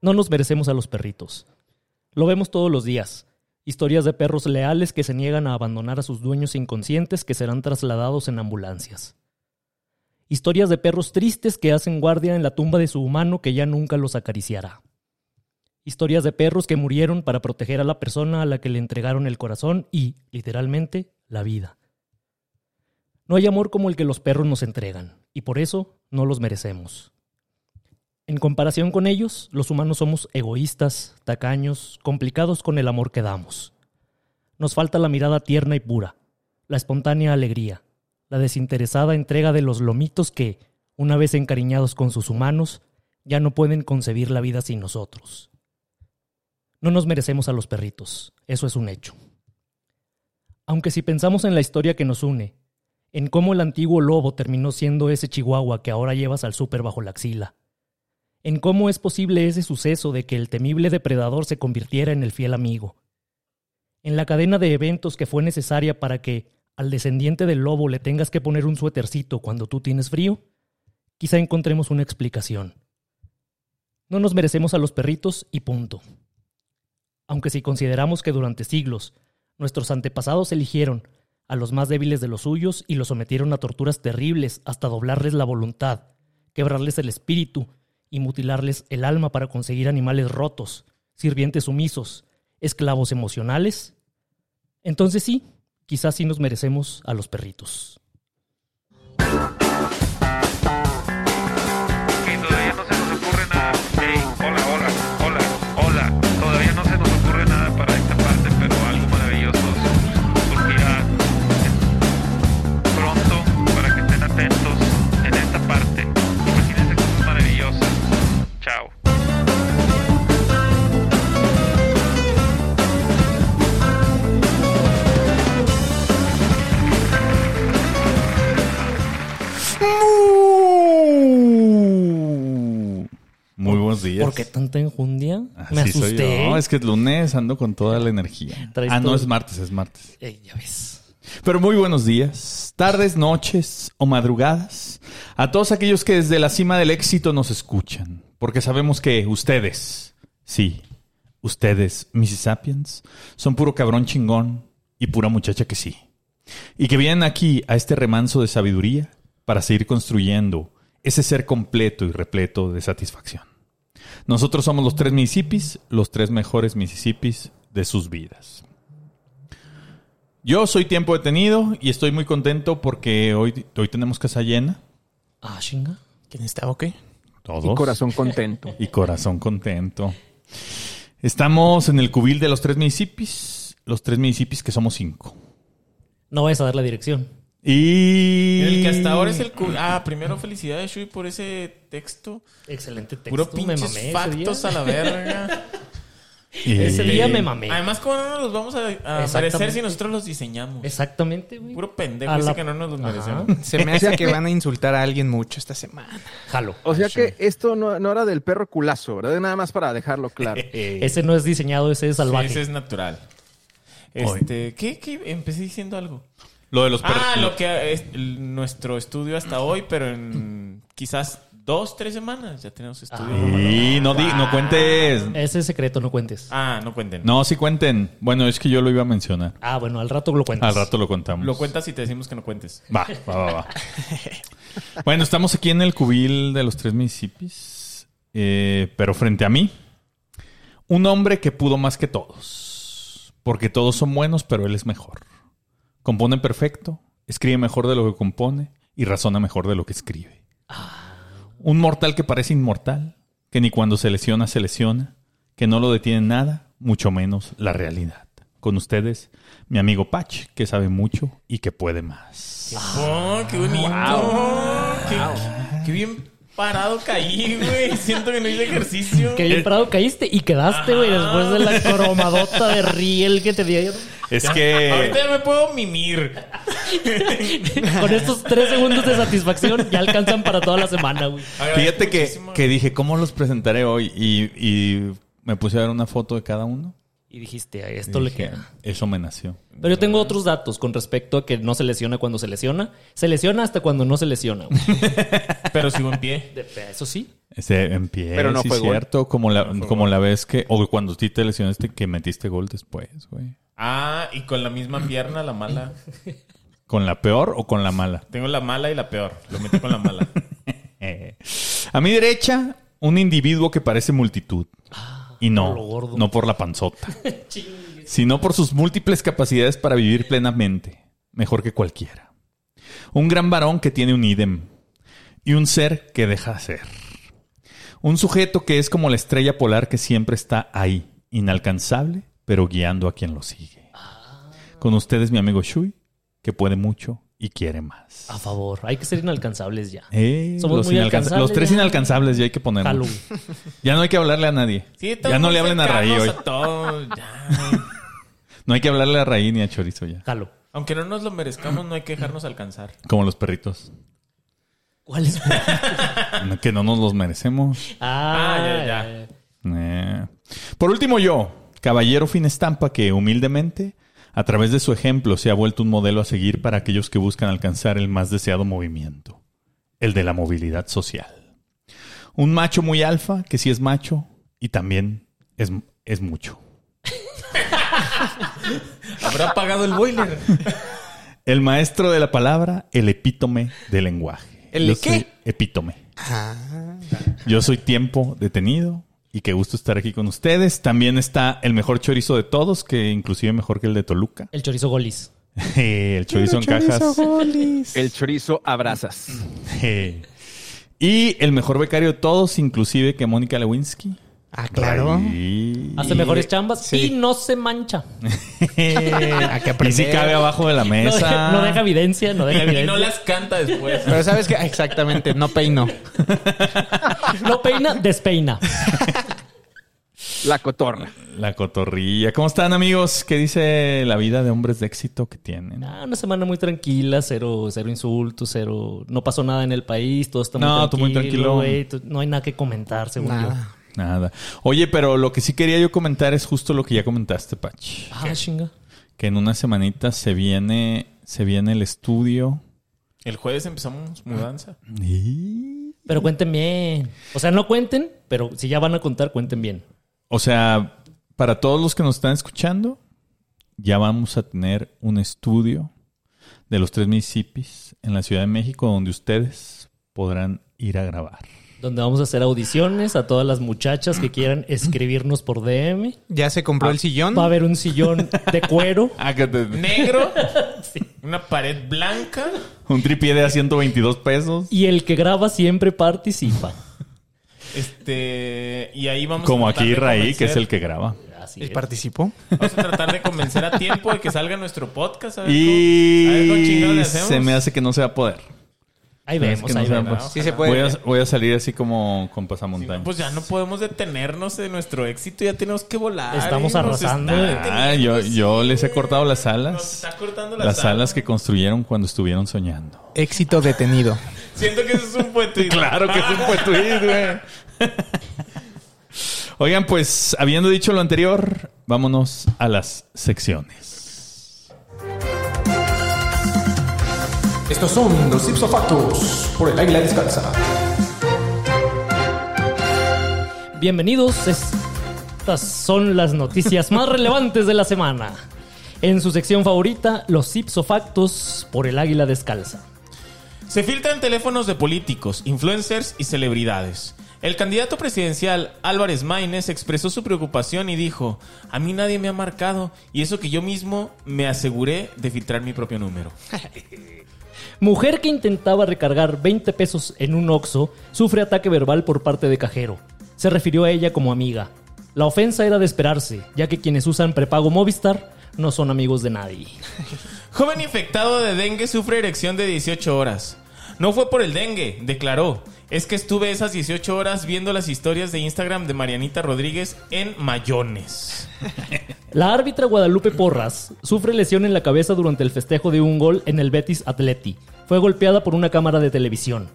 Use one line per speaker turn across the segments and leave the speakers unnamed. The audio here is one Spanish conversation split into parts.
No nos merecemos a los perritos. Lo vemos todos los días. Historias de perros leales que se niegan a abandonar a sus dueños inconscientes que serán trasladados en ambulancias. Historias de perros tristes que hacen guardia en la tumba de su humano que ya nunca los acariciará. Historias de perros que murieron para proteger a la persona a la que le entregaron el corazón y, literalmente, la vida. No hay amor como el que los perros nos entregan, y por eso no los merecemos. En comparación con ellos, los humanos somos egoístas, tacaños, complicados con el amor que damos. Nos falta la mirada tierna y pura, la espontánea alegría, la desinteresada entrega de los lomitos que, una vez encariñados con sus humanos, ya no pueden concebir la vida sin nosotros. No nos merecemos a los perritos, eso es un hecho. Aunque si pensamos en la historia que nos une, en cómo el antiguo lobo terminó siendo ese chihuahua que ahora llevas al súper bajo la axila, en cómo es posible ese suceso de que el temible depredador se convirtiera en el fiel amigo, en la cadena de eventos que fue necesaria para que al descendiente del lobo le tengas que poner un suétercito cuando tú tienes frío, quizá encontremos una explicación. No nos merecemos a los perritos y punto aunque si consideramos que durante siglos nuestros antepasados eligieron a los más débiles de los suyos y los sometieron a torturas terribles hasta doblarles la voluntad, quebrarles el espíritu y mutilarles el alma para conseguir animales rotos, sirvientes sumisos, esclavos emocionales, entonces sí, quizás sí nos merecemos a los perritos.
que todavía no se nos ocurre nada. Ey, hola, hola, hola, hola. Todavía no se nos ocurre nada para esta parte, pero algo maravilloso surgirá pronto para que estén atentos en esta parte. Imagínense cosas maravillosas. Chao.
Muy buenos días.
¿Por qué tanta enjundia?
Así
Me
soy
asusté.
yo. Es que es lunes, ando con toda la energía.
Traes
Ah,
todo.
no, es martes, es martes.
Ey, ya ves.
Pero muy buenos días, tardes, noches o madrugadas. A todos aquellos que desde la cima del éxito nos escuchan. Porque sabemos que ustedes, sí, ustedes, Mrs. Sapiens, son puro cabrón chingón y pura muchacha que sí. Y que vienen aquí a este remanso de sabiduría para seguir construyendo ese ser completo y repleto de satisfacción. Nosotros somos los tres Mississippis, los tres mejores Mississippis de sus vidas. Yo soy tiempo detenido y estoy muy contento porque hoy, hoy tenemos casa llena.
Ah, chinga.
¿Quién está o qué?
Todos.
Y corazón contento.
Y corazón contento. Estamos en el cubil de los tres municipios. Los tres municipios que somos cinco.
No vayas a dar la dirección.
Y.
El que hasta ahora es el... cu- Ah, primero felicidades, Shui, por ese texto.
Excelente texto.
Puro
me
pinches
mamé ese
factos
día.
a la verga.
Y-
Ese día me mamé.
Además, ¿cómo no nos los vamos a, a
Exactamente.
merecer si nosotros los diseñamos?
Exactamente, güey.
Puro pendejo
A
dice
la-
que no nos los
Ajá.
merecemos.
Se me hace que van a insultar a alguien mucho esta semana.
Jalo.
O sea que esto no, no era del perro culazo, ¿verdad? Nada más para dejarlo claro.
Ese no es diseñado, ese es salvaje.
Sí, ese es natural. Este, ¿qué, qué? Empecé diciendo algo.
Lo de los per-
Ah, lo que es el- nuestro estudio hasta hoy, pero en quizás dos, tres semanas ya tenemos estudio.
Y no, di- no cuentes.
Ese es secreto, no cuentes. Ah,
Ah, no cuenten.
No, sí cuenten. Bueno, es que yo lo iba a mencionar.
Ah, bueno, al rato lo cuentas.
Al rato lo contamos.
Lo cuentas y te decimos que no cuentes.
Va, va, va, va. Bueno, estamos aquí en el cubil de los tres municipios, eh, pero frente a mí, un hombre que pudo más que todos, porque todos son buenos, pero él es mejor. Compone perfecto, escribe mejor de lo que compone y razona mejor de lo que escribe. Un mortal que parece inmortal, que ni cuando se lesiona se lesiona, que no lo detiene nada, mucho menos la realidad. Con ustedes, mi amigo Patch, que sabe mucho y que puede más.
Oh, qué bonito. Qué, qué bien parado caí, güey. Siento que no hice ejercicio.
Que bien parado caíste y quedaste, güey, después de la cromadota de riel que te dieron.
Es
Ahorita
que
ya me puedo mimir.
Con estos tres segundos de satisfacción ya alcanzan para toda la semana, güey.
fíjate que,
Muchísimo.
que dije, ¿cómo los presentaré hoy? Y, y me puse a ver una foto de cada uno.
Y dijiste, a esto le
Dije,
queda.
Eso me nació.
Pero yo tengo otros datos con respecto a que no se lesiona cuando se lesiona. Se lesiona hasta cuando no se lesiona. güey.
Pero sigo en pie.
De- Eso sí.
Ese Este, en pie,
Pero no
sí,
fue gol.
cierto. Como la, como la vez que... O cuando a ti te lesionaste que metiste gol después, güey.
Ah, y con la misma pierna, la mala.
¿Con la peor o con la mala?
Tengo la mala y la peor. Lo metí con la mala.
Eh. A mi derecha, un individuo que parece multitud. Y no,
por Ah, lo gordo.
no por la panzota, sino por sus múltiples capacidades para vivir plenamente, mejor que cualquiera. Un gran varón que tiene un idem y un ser que deja ser. Un sujeto que es como la estrella polar que siempre está ahí, inalcanzable, pero guiando a quien lo sigue.
Ah.
Con ustedes mi amigo Shui, que puede mucho y quiere más.
A favor. Hay que ser inalcanzables ya.
Eh,
Somos
los,
muy
inalcanza-
alcanzables,
los tres
ya.
inalcanzables ya hay que ponerlos.
Halloween.
Ya no hay que hablarle a nadie.
Sí, todos
ya no
muy
le hablen a Raí
cercanos
hoy.
a todos, ya.
No hay que hablarle a Raí ni a Chorizo ya.
Jalo.
Aunque no nos lo merezcamos, no hay que dejarnos alcanzar.
Como los perritos.
¿Cuál es?
No, Que no nos los merecemos.
Ah,
ya, ya.
Eh. Por último yo, caballero fin estampa que humildemente, a través de su ejemplo, se ha vuelto un modelo a seguir para aquellos que buscan alcanzar el más deseado movimiento, el de la movilidad social. Un macho muy alfa, que sí es macho y también es, es mucho.
Habrá pagado el boiler.
El maestro de la palabra, el epítome del lenguaje.
¿El
Yo
qué?
soy Epítome. Yo soy tiempo detenido y qué gusto estar aquí con ustedes. También está el mejor chorizo de todos, que inclusive mejor que el de Toluca. Eh,
El chorizo golis.
El chorizo en cajas.
El chorizo abrazas.
Eh, Y el mejor becario de todos, inclusive que Mónica Lewinsky.
Ah, claro.
Y...
Hace mejores chambas
sí.
y no se mancha.
Hay
Y
que
sí
aprender.
cabe abajo de la
No
mesa.
deja, no deja evidencia, no deja
Y
evidencia.
no las canta después.
Pero sabes que exactamente, no peino.
No peina, despeina.
La cotorra.
La cotorrilla. ¿Cómo están, amigos? ¿Qué dice la vida de hombres de éxito que tienen?
Ah, una semana muy tranquila, cero, cero insultos, cero. No pasó nada en el país, todo está muy
No, tú
tranquilo.
muy tranquilo.
güey, tú- no hay nada que comentar, según
Nada.
Nada. Oye, pero lo que sí quería yo comentar es justo lo que ya comentaste, Pach.
yo. Ah, chinga.
Que en una semanita se viene, se viene el estudio.
El jueves empezamos mudanza.
Y-
Pero cuenten bien. O sea, no cuenten, pero si ya van a contar, cuenten bien.
O sea, para todos los que nos están escuchando, ya vamos a tener un estudio de los tres municipios en la Ciudad de México donde ustedes podrán ir a grabar.
Donde vamos a hacer audiciones a todas las muchachas que quieran escribirnos por DM.
Ya se compró el sillón.
Va a haber un sillón de cuero.
Ah, Negro. Una pared blanca.
Un tripié de a 122 pesos.
Y el que graba siempre participa.
Este. Y ahí vamos
Como
a tratar
aquí
de
Raí, que es
convencer-
el que graba.
Así
¿Y
es.
participó?
Vamos a tratar de convencer a tiempo de que salga nuestro podcast. A ver cómo- a ver cómo chingados le
Y
hacemos.
se me hace que no se va a poder.
Ahí
Es
vemos,
que no
ahí
se va a
vemos.
poder.
Sí se
Voy
puede.
a, voy a salir así como con pasamontañas.
Pues ya no podemos detenernos de nuestro éxito, ya tenemos que volar.
Estamos
¿eh? Nos
arrasando.
está
Ah, yo,
deteniendo,
yo
sí,
les he
güey.
cortado las
Nos
alas.
está cortando las,
Las alas que construyeron cuando estuvieron soñando.
Éxito detenido.
Siento que eso es un puente.
Claro que es un buen tweet, güey. Oigan, pues habiendo dicho lo anterior, vámonos a las secciones.
Estos son los ipsofactos por el águila descalza.
Bienvenidos, estas son las noticias más relevantes de la semana. En su sección favorita, los ipsofactos por el águila descalza.
Se filtran teléfonos de políticos, influencers y celebridades. El candidato presidencial Álvarez Maínez expresó su preocupación y dijo, a mí nadie me ha marcado y eso que yo mismo me aseguré de filtrar mi propio número.
Mujer que intentaba recargar 20 pesos en un Oxxo sufre ataque verbal por parte de cajero. Se refirió a ella como amiga. La ofensa era de esperarse, ya que quienes usan prepago Movistar no son amigos de nadie.
Joven infectado de dengue sufre erección de 18 horas. No fue por el dengue, declaró. Es que estuve esas 18 horas viendo las historias de Instagram de Marianita Rodríguez en Mayones.
La árbitra Guadalupe Porras sufre lesión en la cabeza durante el festejo de un gol en el Betis Atleti. Fue golpeada por una cámara de televisión.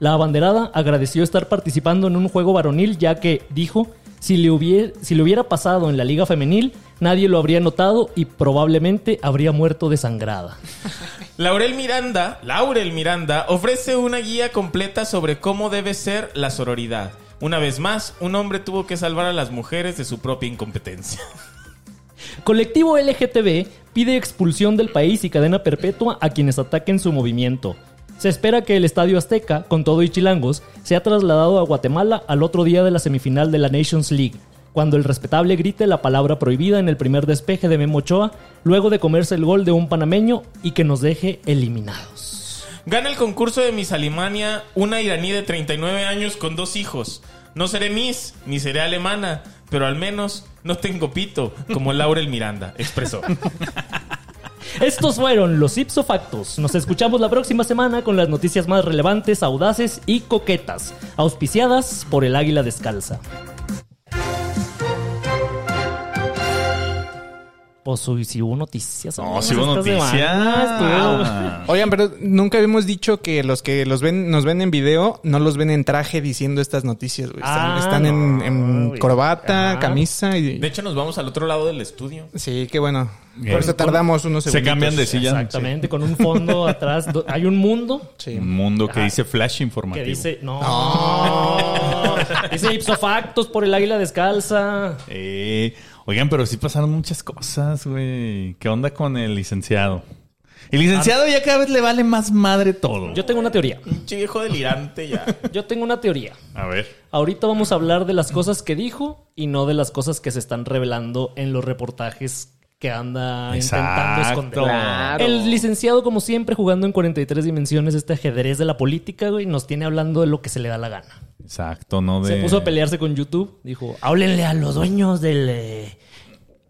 La abanderada agradeció estar participando en un juego varonil ya que, dijo, Si le, hubiera, si le hubiera pasado en la liga femenil, nadie lo habría notado y probablemente habría muerto desangrada.
Laurel Miranda, Laurel Miranda ofrece una guía completa sobre cómo debe ser la sororidad. Una vez más, un hombre tuvo que salvar a las mujeres de su propia incompetencia.
Colectivo LGTB pide expulsión del país y cadena perpetua a quienes ataquen su movimiento. Se espera que el Estadio Azteca, con todo y chilangos, sea trasladado a Guatemala al otro día de la semifinal de la Nations League, cuando el respetable grite la palabra prohibida en el primer despeje de Memo Ochoa, luego de comerse el gol de un panameño y que nos deje eliminados.
Gana el concurso de Miss Alemania una iraní de 39 años con dos hijos. No seré Miss, ni seré alemana, pero al menos no tengo pito, como Laurel Miranda expresó.
Estos fueron los Ipsofactos. Nos escuchamos la próxima semana con las noticias más relevantes, audaces y coquetas, auspiciadas por el Águila Descalza. Pues hoy sí hubo noticias.
No,
amigos,
Oh, sí hubo
esta
noticias.
pues.
semana.
Ah.
Oigan, pero nunca habíamos dicho que los que los ven, nos ven en video, no los ven en traje diciendo estas noticias, güey. Están,
Ah,
están en, en
güey.
corbata,
Ah.
camisa y.
De hecho, nos vamos al otro lado del estudio.
Sí, qué bueno.
Bien.
Por eso tardamos unos
Se
segundos.
cambian de silla.
Exactamente, con un fondo atrás. do- Hay un mundo
Sí.
Un mundo que dice flash
que
informativo.
dice... No. dice Ipsofactos por el Águila Descalza.
Eh, oigan, pero sí pasaron muchas cosas, güey. ¿Qué onda con el licenciado? El licenciado ya cada vez le vale más madre todo.
Ah. Yo tengo una teoría.
Pinche viejo delirante ya.
Yo tengo una teoría.
A ver.
Ahorita vamos a hablar de las cosas que dijo y no de las cosas que se están revelando en los reportajes que anda intentando esconder.
Claro.
El licenciado, como siempre, jugando en 43 dimensiones este ajedrez de la política, güey, nos tiene hablando de lo que se le da la gana.
Exacto, no de.
Se puso a pelearse con YouTube. Dijo, háblenle a los dueños del eh,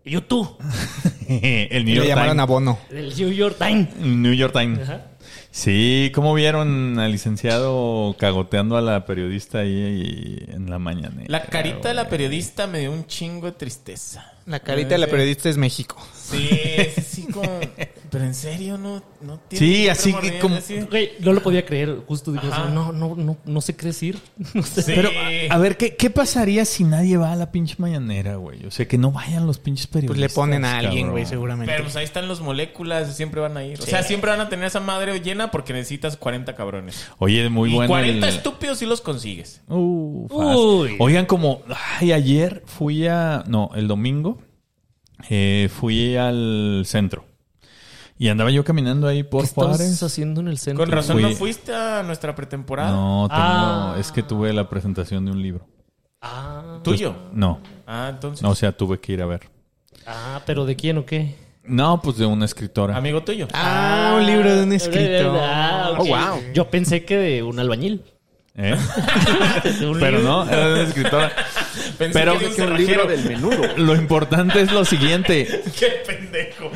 YouTube,
el
Y
New York
le llamaron a
Times.
Bono.
del New York Times.
El New York Times.
Ajá.
Sí, ¿cómo vieron al licenciado cagoteando a la periodista ahí en la mañana?
La carita de la periodista me dio un chingo de tristeza.
La carita de la periodista es México.
Sí, sí, sí, como... Pero en serio, no, no tiene...
Sí,
ningún
así que
remordimiento,
como-
así.
Güey, no lo podía creer. Justo dijo,
Ajá.
eso, no, no, no, no sé qué decir. No sé.
Sí.
Pero, ah, a, a ver, ¿qué, qué pasaría si nadie va a la pinche mañanera, güey? O sea, que no vayan los pinches
Pues
periodistas.
le ponen a alguien,
cabrón.
güey, seguramente.
Pero pues ahí están los moléculas, siempre van a ir. O sea, siempre van a tener esa madre llena porque necesitas 40 cabrones.
Oye, muy
y
bueno.
40
el-
estúpidos si los consigues.
Uh, fast.
Uy.
Oigan, como, ay, ayer fui a, no, el domingo eh, fui al centro y andaba yo caminando ahí por
¿Qué
Juárez.
estás haciendo en el centro?
Con razón
Fui-
no fuiste a nuestra pretemporada.
No, tengo,
Ah.
es que tuve la presentación de un libro.
Ah,
pues,
¿Tuyo?
No,
Ah, entonces.
no, o sea, tuve que ir a ver.
ah, pero ¿de quién o qué?
No, pues de una escritora.
Amigo tuyo.
Ah, un libro de un escritor.
Ah, ok.
Oh, wow.
Yo pensé que de un albañil.
¿eh?
De un
Pero
libro.
no, era de una escritora.
Pensé
pero-
que era un
un libro
cerrajero.
del menudo.
Lo importante es lo siguiente.
Qué pendejo.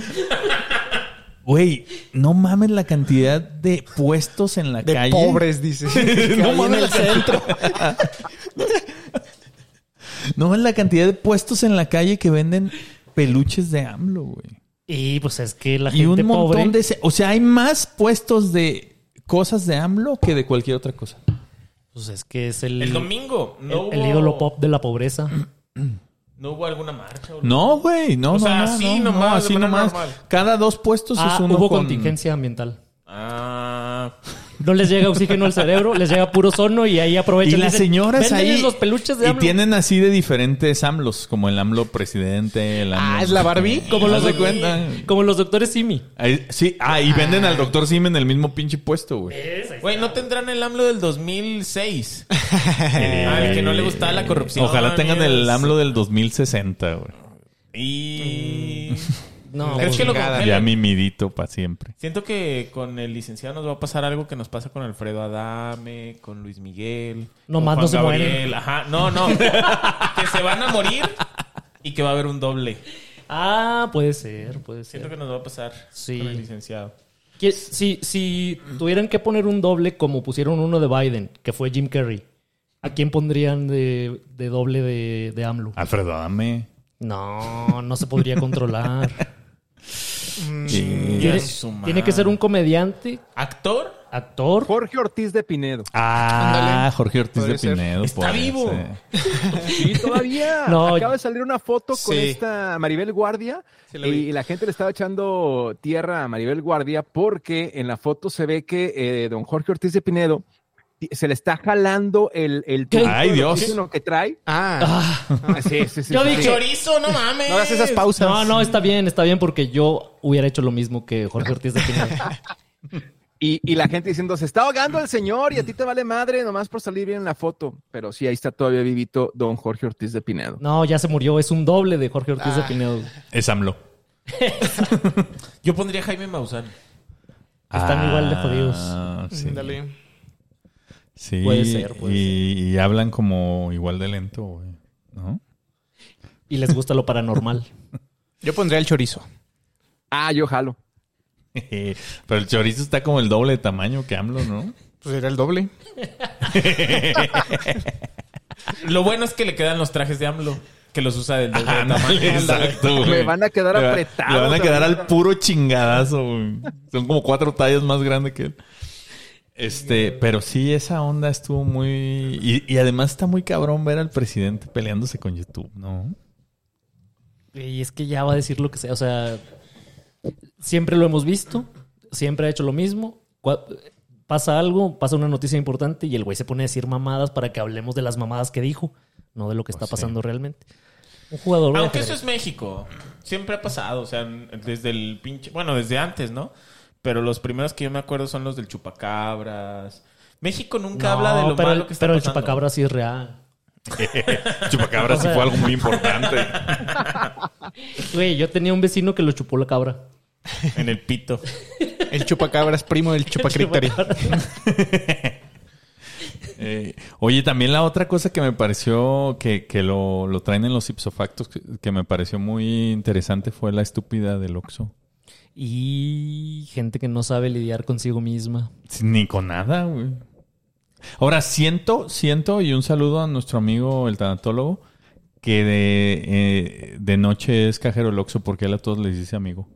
Güey, no mames la cantidad de puestos en la
De
calle.
pobres, dice.
no mames la centro. no mames la cantidad de puestos en la calle que venden peluches de AMLO, güey.
Y pues es que la
Y
gente
un montón
pobre.
de... se- O sea, hay más puestos de cosas de AMLO que de cualquier otra cosa.
Pues es que es el,
El domingo
el-
no
el
hubo-
ídolo pop de la pobreza.
No hubo alguna marcha. o-
No, güey, no,
O
no,
sea,
no,
así
no, no,
nomás, de
así
manera
nomás.
normal.
Cada dos puestos
Ah,
es uno
hubo
con-
contingencia ambiental.
Ah,
No les llega oxígeno al cerebro, les llega puro sono y ahí
Y
aprovechan.
las
dicen,
señoras
"Véndeles
ahí
los peluches de
y
AMLO".
tienen así de diferentes AMLOs, como el AMLO presidente, el AMLO
Ah, ¿es la Barbie?
Como los,
Haz de
doc-
cuenta.
como los doctores Simi.
Ahí- sí, ah, y venden al doctor Sim en el mismo pinche puesto, güey.
güey, no tendrán el AMLO del 2006.
Ah,
el Eh, que no le gustaba la corrupción.
Ojalá tengan el
Dios.
AMLO del 2060, güey.
Y.
No,
¿Crees
pues,
que lo
chingada.
congelan?
Ya mi midito para siempre.
Siento que con el licenciado nos va a pasar algo que nos pasa con Alfredo Adame, con Luis Miguel.
No
con
más,
Juan
no se
Gabriel.
mueren.
Ajá, no, no. que se van a morir y que va a haber un doble.
Ah, puede ser, puede
Siento
ser.
que nos va a pasar
Sí.
con el licenciado.
Que Si, si tuvieran que poner un doble como pusieron uno de Biden, que fue Jim Carrey, ¿a quién pondrían de, de doble de, de AMLO?
Alfredo, dame.
No, no se podría controlar.
Sí.
Tiene,
Mm.
su madre.
tiene que ser un comediante
¿Actor?
actor.
Jorge Ortiz de Pinedo.
Ah,
Ándale.
Jorge Ortiz
Podría
de
ser.
Pinedo.
Está
podría
vivo.
ser.
Sí, todavía.
No,
Acaba de salir una foto con
Sí.
esta Maribel Guardia
Sí, la
y,
vi.
y la gente le estaba echando tierra a Maribel Guardia porque en la foto se ve que eh, don Jorge Ortiz de Pinedo ti- se le está jalando el, el
¿Qué?
tubito
Ay,
de
Dios.
oxígeno que trae.
Ah,
Ah, sí, sí, sí,
Yo
sí,
dije,
sí.
Chorizo, no mames.
no hagas esas pausas.
No, no, está bien, está bien, porque yo hubiera hecho lo mismo que Jorge Ortiz de Pinedo.
Y, y la gente diciendo, se está ahogando el señor y a ti te vale madre nomás por salir bien en la foto. Pero sí, ahí está todavía vivito don Jorge Ortiz de Pinedo.
No, ya se murió, es un doble de Jorge Ortiz de Pinedo.
Es AMLO.
Yo pondría Jaime Maussan.
Están igual de jodidos.
Ah, Sí,
Ándale.
Sí,
Puede ser, puede
y, y hablan como igual de lento, güey, ¿no?
Y les gusta lo paranormal.
Yo pondría el chorizo.
Ah, yo jalo.
Pero el chorizo está como el doble de tamaño que AMLO, ¿no?
Pues era el doble.
Lo bueno es que le quedan los trajes de AMLO, que los usa del doble de tamaño.
Ah, Ándale, exacto, güey.
Me van a quedar
Le va-
apretados.
Le van a quedar al
ahorita.
puro chingadazo, güey. Son como cuatro tallas más grande que él. Este, pero sí, esa onda estuvo muy... Y, y además está muy cabrón ver al presidente peleándose con YouTube, ¿no?
Y es que ya va a decir lo que sea. O sea, siempre lo hemos visto, siempre ha hecho lo mismo. Cua- Pasa algo, pasa una noticia importante y el güey se pone a decir mamadas para que hablemos de las mamadas que dijo, no de lo que está pasando realmente. Un jugador de
Aunque eso
ajedrez.
es México. Siempre ha pasado, o sea, desde el pinche... Bueno, desde antes, ¿no? Pero los primeros que yo me acuerdo son los del chupacabras. México nunca habla de
No,
lo
pero,
malo que está
pero el
pasando.
chupacabra sí es real.
Chupacabra sí fue algo muy importante.
Güey, yo tenía un vecino que lo chupó la cabra.
En el pito.
El chupacabras primo del chupacrictory.
Eh, oye, también la otra cosa que me pareció que, que lo, lo traen en los ipsofactos que, que me pareció muy interesante fue la estúpida del Oxxo.
Y gente que no sabe lidiar consigo misma.
Ni con nada, güey. Ahora, siento, siento, y un saludo a nuestro amigo el tanatólogo, que de, eh, de noche es cajero el Oxxo porque él a todos les dice amigo.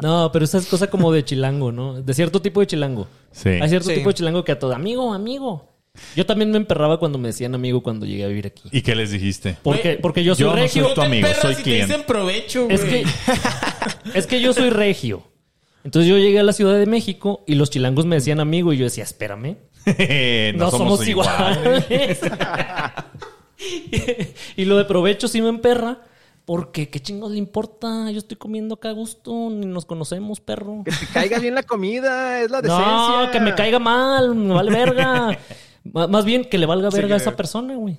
No, pero esa es cosa como de chilango, ¿no? De cierto tipo de chilango.
Sí.
Hay cierto
Sí.
tipo de chilango que a todo, amigo, amigo. Yo también me emperraba cuando me decían amigo cuando llegué a vivir aquí.
¿Y qué les dijiste?
Porque, porque yo soy
yo no
regio.
soy tu amigo,
Perras,
soy
si
cliente.
te dicen provecho, güey.
Es que, es que yo soy regio. Entonces yo llegué a la Ciudad de México y los chilangos me decían amigo y yo decía, espérame, no, somos, iguales. y lo de provecho sí me emperra porque qué chingos le importa, yo estoy comiendo acá a gusto, ni nos conocemos, perro.
Que te caiga bien la comida, es la decencia.
No, que me caiga mal, me vale verga. M- Más bien que le valga verga a esa persona, güey.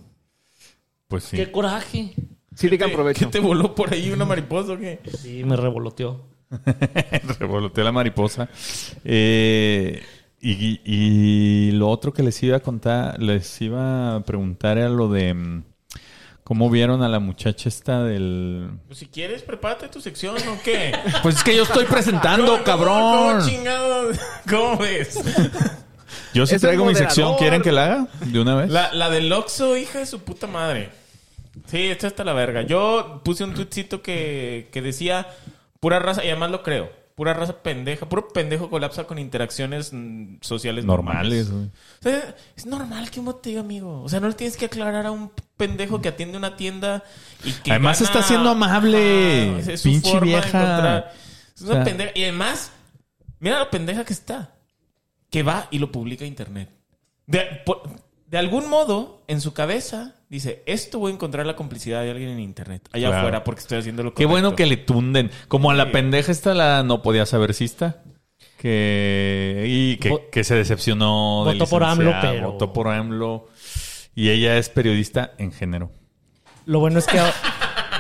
Pues sí.
Qué coraje.
Sí, digan provecho.
¿Qué te voló por ahí una mariposa o qué?
Sí, me revoloteó.
Revoloteó la mariposa. Eh, y, y lo otro que les iba a contar, les iba a preguntar era lo de mm, cómo vieron a la muchacha esta del.
Pues si quieres, prepárate tu sección o qué.
Pues es que yo estoy presentando,
¿Cómo-
cabrón.
¿Cómo chingado? ¿Cómo ves?
Yo sí
Es el
traigo mi
moderador.
sección. ¿Quieren que la haga de una vez?
La, la del Oxxo, hija de su puta madre. Sí, esta está la verga. Yo puse un tuitcito que, que decía pura raza, y además lo creo, pura raza pendeja, puro pendejo colapsa con interacciones mm, sociales
Normales. güey.
O sea, es normal que uno te diga amigo. O sea, no le tienes que aclarar a un pendejo que atiende una tienda y que.
Además está siendo amable.
Ajá, es su
Pinche
forma de
vieja.
encontrar. Es una
O sea-
pendeja. Y además, mira la pendeja que está. Que va y lo publica a internet. De, por- de algún modo, en su cabeza, dice: Esto voy a encontrar la complicidad de alguien en internet. Allá
Claro.
afuera, porque estoy haciendo lo que.
Qué bueno que le tunden. Como a la pendeja esta, la no podía sabercista. Que, y que,
Vo-
que se decepcionó. del
Votó por AMLO,
licenciado,
pero-
Votó por AMLO. Y ella es periodista en género.
Lo bueno es que, a-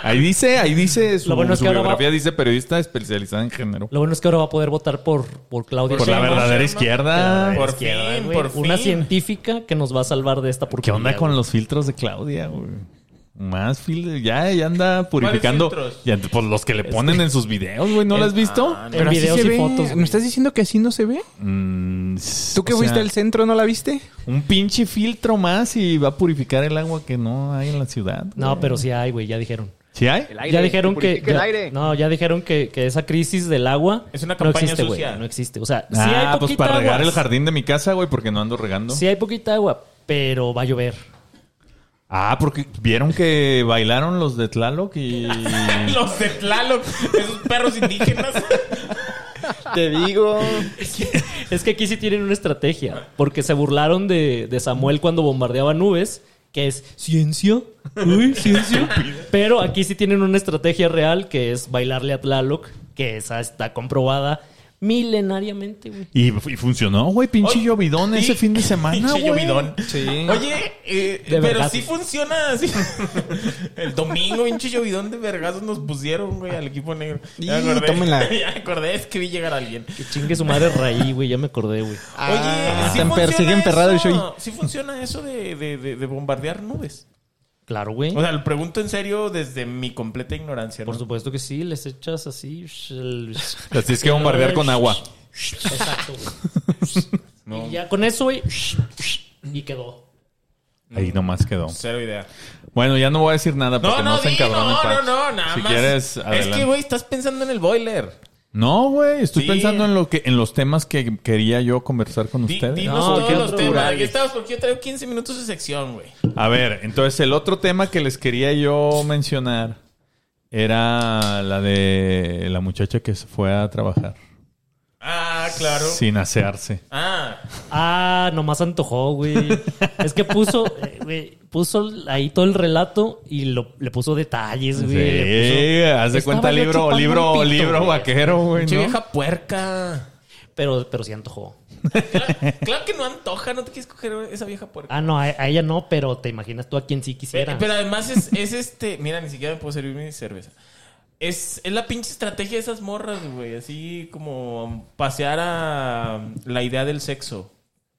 Ahí dice, ahí dice su,
Lo bueno es
su
que ahora va-
biografía, dice periodista especializada en género.
lo bueno es que ahora va a poder votar por, por Claudia
Por la
Sheinbaum.
verdadera
Sheinbaum.
izquierda.
Por
Izquierda,
fin,
güey.
por fin.
Una científica que nos va a salvar de esta
¿Qué
porquería.
onda con
güey.
los filtros de Claudia, güey? Más filtros. Ya, ya anda purificando.
filtros?
Ya, pues los que le ponen en sus videos, güey. ¿No
El-
los has visto?
Ah, no.
En
Pero así
videos
se
y
ve.
fotos. güey.
¿Me estás diciendo que así no se ve?
Mm,
¿Tú que
o
fuiste
sea,
al centro no la viste?
Un pinche filtro más y va a purificar el agua que no hay en la ciudad.
No, pero sí hay, güey, ya dijeron.
¿Sí hay?
El aire.
ya dijeron que,
purifica el
ya-
aire.
no, ya dijeron que, que esa crisis del agua
Es una campaña
no existe, güey,
sucia.
no existe. O sea, sí
ah,
hay
pues
poquita
para regar
agua.
el jardín de mi casa, güey, porque no ando regando.
Sí hay poquita agua, pero va a llover.
Ah, porque vieron que bailaron los de Tlaloc y...
Los de Tlaloc, esos perros indígenas.
Te digo.
Es que aquí sí tienen una estrategia, porque se burlaron de, de Samuel cuando bombardeaba nubes, que es ciencia, uy, ciencia. Pero aquí sí tienen una estrategia real, que es bailarle a Tlaloc, que esa está comprobada milenariamente, güey.
Y, y funcionó, güey, pinche
Oye,
llovidón ese
sí.
fin de semana,
Pinche
güey.
llovidón.
Sí.
Oye, eh,
De
pero
vergazos.
sí funciona así. El domingo, pinche llovidón de vergazos nos pusieron, güey, al equipo negro. Ya
Y,
me acordé.
tómenla.
Ya me acordé, es que vi llegar a alguien.
Que chingue su madre raí, güey, ya me acordé, güey.
Oye, ¿sí
Tan
funciona
persigue emperrado el
eso?
show.
Sí funciona eso de, de- de- de bombardear nubes.
Claro, güey.
O sea, lo pregunto en serio desde mi completa ignorancia. ¿no?
Por supuesto que sí, les echas así. el-
Las tienes que bombardear con agua.
Exacto, güey. Y ya con eso, güey, y quedó.
Ahí nomás quedó.
Cero idea.
Bueno, ya no voy a decir nada
No,
porque no,
no,
se
di,
encabrona el
no, no,
Pax.
no, nada
Si
más.
quieres,
es
adelante.
que, güey, estás pensando en el boiler.
No, güey, estoy
Sí.
pensando en lo que en los temas que quería yo conversar con
Di-
ustedes.
dinos
No,
todos
qué
los temas.
naturales.
Aquí estamos porque yo traigo 15 minutos de sección, güey.
A ver, entonces el otro tema que les quería yo mencionar era la de la muchacha que se fue a trabajar
Ah, claro.
sin asearse.
Ah,
Ah, nomás antojó, güey. Es que puso, eh, güey, puso ahí todo el relato y lo, le puso detalles,
Sí,
güey. le
haz de
Estaba
cuenta
yo
libro,
chupando
libro,
un pito,
libro
güey.
vaquero, güey.
pinche
¿no?
vieja puerca.
puso- pero, pero sí antojó.
Claro, claro que no antoja, no te quieres coger esa vieja puerca.
Ah, no, a, a ella no, pero te imaginas tú a quien sí
Eh,
quisiera.
pero además es, es este. Mira, ni siquiera me puedo servir mi cerveza. Es, es la pinche estrategia de esas morras, güey. Así como pasear a la idea del sexo.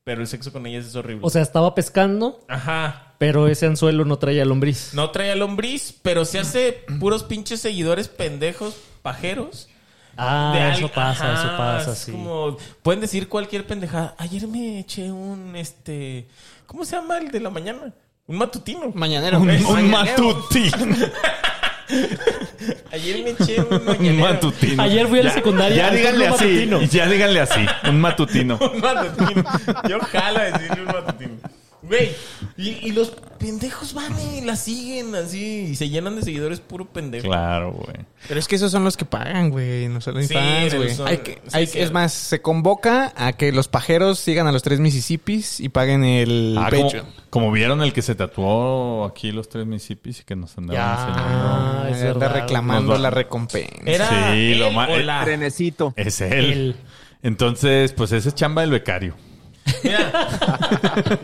Pero el sexo con ellas es horrible.
O sea, estaba pescando,
Ajá.
pero ese anzuelo no traía lombriz.
No trae lombriz, pero se hace puros pinches seguidores pendejos, pajeros. de
Ah,
alguien-
eso pasa,
Ajá,
eso pasa,
es
sí.
Como, pueden decir cualquier pendejada. Ayer me eché un este. ¿Cómo se llama el de la mañana? Un matutino.
Mañanero.
Un matutino.
Ayer me eché un
Un
mañanero.
matutino.
Ayer fui a la secundaria,
Ya
antes
díganle
un
así.
matutino.
Ya díganle así. Un matutino.
Un matutino. Yo jalo a decirle un matutino. Güey, y, y los pendejos van y la siguen así y se llenan de seguidores puro pendejo.
Claro, güey.
Pero es que esos son los que pagan, güey. No son los
Sí,
fans,
pero
güey.
son-
Hay que-
sí,
hay-
sí.
es más, se convoca a que los pajeros sigan a los tres Mississippis y paguen el
Ah, como,
pecho.
como vieron el que se tatuó aquí los tres municipios y que nos andaban
Ya.
enseñando.
Ah,
Ah,
es
anda
verdad.
reclamando
Nos va-
la recompensa.
Era
Sí,
él
lo ma-
o la-
Trenecito.
Es él.
Él.
Entonces, pues esa es chamba del becario.
Mira,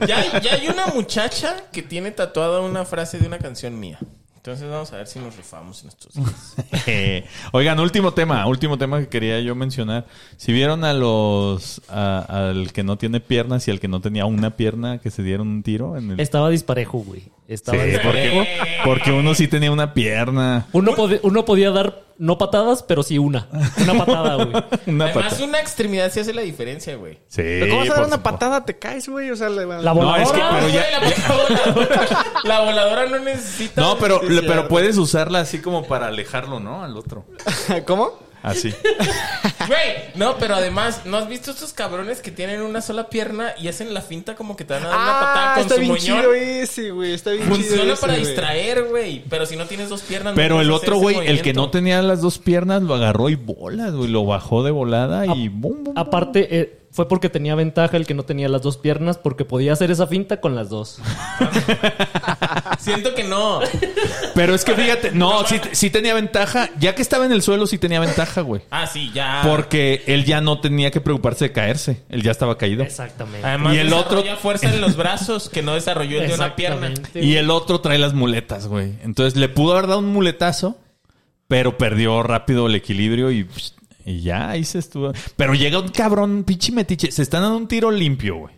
ya, ya hay una muchacha que tiene tatuada una frase de una canción mía. Entonces vamos a ver si nos rifamos en estos días.
Eh, Oigan, último tema, último tema que quería yo mencionar. Si vieron a los a- al que no tiene piernas y al que no tenía una pierna que se dieron un tiro en el
Estaba disparejo, güey.
Sí,
Estaba disparejo.
porque, porque uno sí tenía una pierna.
Uno, pode- uno podía dar, no patadas, pero sí una. Una patada, güey.
Una
Además,
pata-
una extremidad sí hace la diferencia, güey.
Sí,
Pero ¿Cómo vas a dar
por
una
supuesto.
patada? Te caes, güey. O sea, le va-
La
No,
voladora.
es que, pero
Güey,
ya-
la, voladora, la voladora no necesita.
No, pero,
Sí,
pero
cierto.
puedes usarla así como para alejarlo, ¿no? Al otro.
¿Cómo?
Así.
Güey, no, pero además, ¿no has visto estos cabrones que tienen una sola pierna y hacen la finta como que te van a dar una patada
Ah,
con
está
su
bien
moñón?
chido ese, güey. Está bien chido.
Funciona
ese,
para
güey.
distraer, güey. Pero si no tienes dos piernas, no
Pero
puedes
el
hacer
otro
ese
güey, el que
movimiento.
no tenía las dos piernas, lo agarró y bolas, güey. Lo bajó de volada y bum, bum.
Aparte, eh, fue porque tenía ventaja el que no tenía las dos piernas, porque podía hacer esa finta con las dos.
Siento que no.
Pero es que fíjate, no, sí, sí tenía ventaja. Ya que estaba en el suelo, sí tenía ventaja, güey.
Ah, sí, ya.
Porque él ya no tenía que preocuparse de caerse. Él ya estaba caído.
Este.
Exactamente.
Además,
Y el otro-
desarrolla fuerza en los brazos que no desarrolló el de Ah, una pierna.
Exactamente, güey.
Y el otro trae las muletas, güey. Entonces le pudo haber dado un muletazo, pero perdió rápido el equilibrio y, pss, y ya ahí se estuvo. Pero llega un cabrón, pinche metiche. Se están dando un tiro limpio, güey.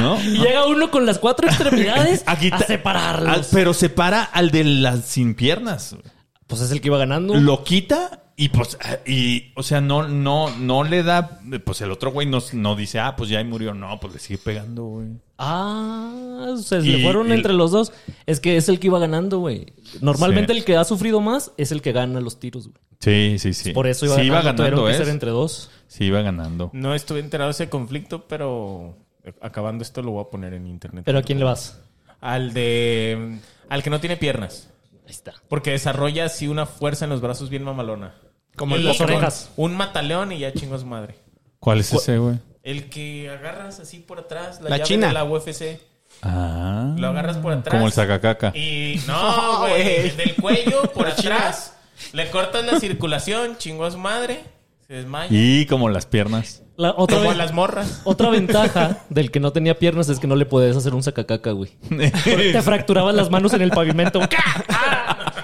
¿No?
Y llega uno con las cuatro extremidades a,
Aquí ta-
separarlos.
Ah, pero se para al de las sin piernas. güey.
Pues es el que iba ganando.
Lo quita Y pues, ah, y, o sea, no, no, no le da, pues el otro güey no, no dice, ah, pues ya ahí murió, no, pues le sigue pegando, güey.
Ah, se
Y-
le fueron
y-
entre los dos. Es que es el que iba ganando, güey. Normalmente
Sí.
el que ha sufrido más es el que gana los tiros, güey.
Sí, sí, sí.
Por eso iba
sí
ganando.
iba ganando,
tuvieron que
¿eh?
ser entre dos.
Sí iba ganando.
No estuve enterado de ese conflicto, pero acabando esto lo voy a poner en internet.
Pero ¿a quién le vas?
Al de. Al que no tiene piernas.
Ahí está.
Porque desarrolla así una fuerza en los brazos bien mamalona.
Como
Y
el Las
con
Orejas.
Un mataleón y ya chingo a su madre.
¿Cuál es ese, güey?
El que agarras así por atrás, la,
La
llave
china.
de la UFC.
Ah.
Lo agarras por atrás.
Como el sacacaca.
Y
Ah,
no, güey. del cuello por atrás. Le cortas la circulación, chingo a su madre. Se desmaya.
Y como las piernas.
La- otra,
Como
ve-
a las morras.
otra ventaja del que no tenía piernas es que no le podías hacer un sacacaca, güey. Porque te fracturabas las manos en el pavimento. ¡Ca!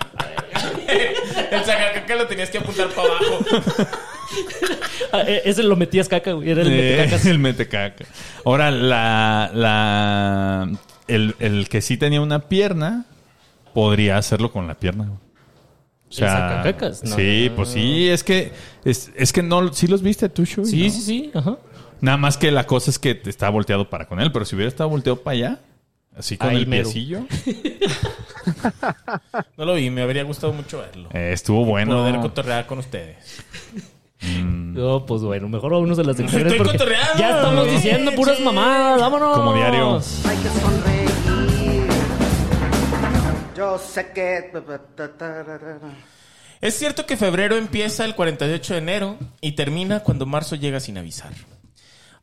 El sacacaca lo tenías que apuntar para abajo.
Ah, e- Ese lo metías caca, güey. Era el
Eh,
metecacas.
el metecaca. Ahora, la, la, el, el que sí tenía una pierna, podría hacerlo con la pierna. güey. O sea,
sacacacas? No.
sí, pues sí, es que, es, es que no, sí los viste tú, Shui,
Sí,
¿no?
sí, sí. Ajá.
Nada más que la cosa es que te está volteado para con él, pero si hubiera estado volteado para allá, así con
Ahí
el
mero.
piecillo,
No lo vi, me habría gustado mucho verlo.
eh, estuvo bueno.
Poder cotorrear con ustedes.
No, pues bueno, mejor vámonos a las secciones
Estoy
porque
cotorreando,
ya estamos
güey.
diciendo puras
Sí.
mamadas. Vámonos.
Como diario.
Hay que sonreír. Yo sé que.
Es cierto que febrero empieza el 48 de enero y termina cuando marzo llega sin avisar.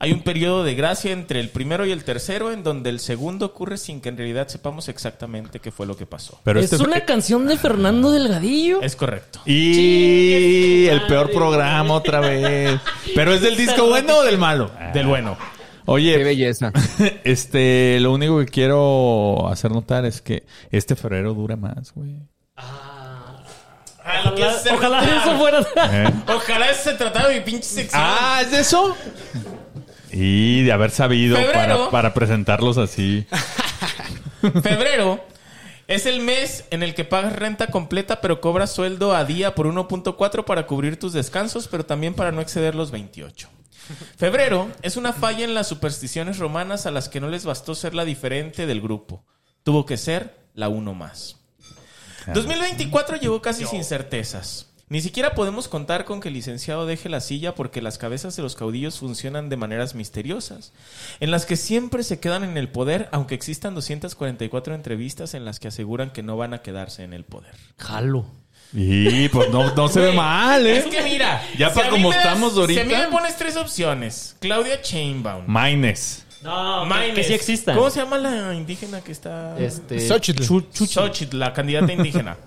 Hay un periodo de gracia entre el primero y el tercero en donde el segundo ocurre sin que en realidad sepamos exactamente qué fue lo que pasó.
Pero
es
este-
una canción de Fernando Delgadillo.
Es correcto.
Y el peor programa otra vez. Pero es del disco bueno o del malo?
Del bueno.
Qué
Oye,
belleza.
este, lo único que quiero hacer notar es que este febrero dura más, güey.
Ah. Ojalá, ojalá eso fuera.
¿Eh?
Ojalá se tratara de mi pinche sección.
Ah, ¿es de eso? Y de haber sabido para,
Febrero.
para presentarlos así.
Febrero es el mes en el que pagas renta completa pero cobras sueldo a día por 1.4 para cubrir tus descansos, pero también para no exceder los 28. Febrero es una falla en las supersticiones romanas a las que no les bastó ser la diferente del grupo. Tuvo que ser la uno más. 2024 llegó casi sin certezas. Ni siquiera podemos contar con que el licenciado deje la silla porque las cabezas de los caudillos funcionan de maneras misteriosas, en las que siempre se quedan en el poder, aunque existan 244 entrevistas en las que aseguran que no van a quedarse en el poder.
Jalo.
Y pues no, no se ve mal, ¿eh?
Es que mira,
Ya para
a mí
como
me das-
estamos ahorita.
Si a mí me pones tres opciones, Claudia Chainbaum,
Maines.
No,
Maynes.
que sí existan.
¿Cómo se llama la indígena que está?
Este,
Xochitl.
Chu-
Xochitl, la candidata indígena.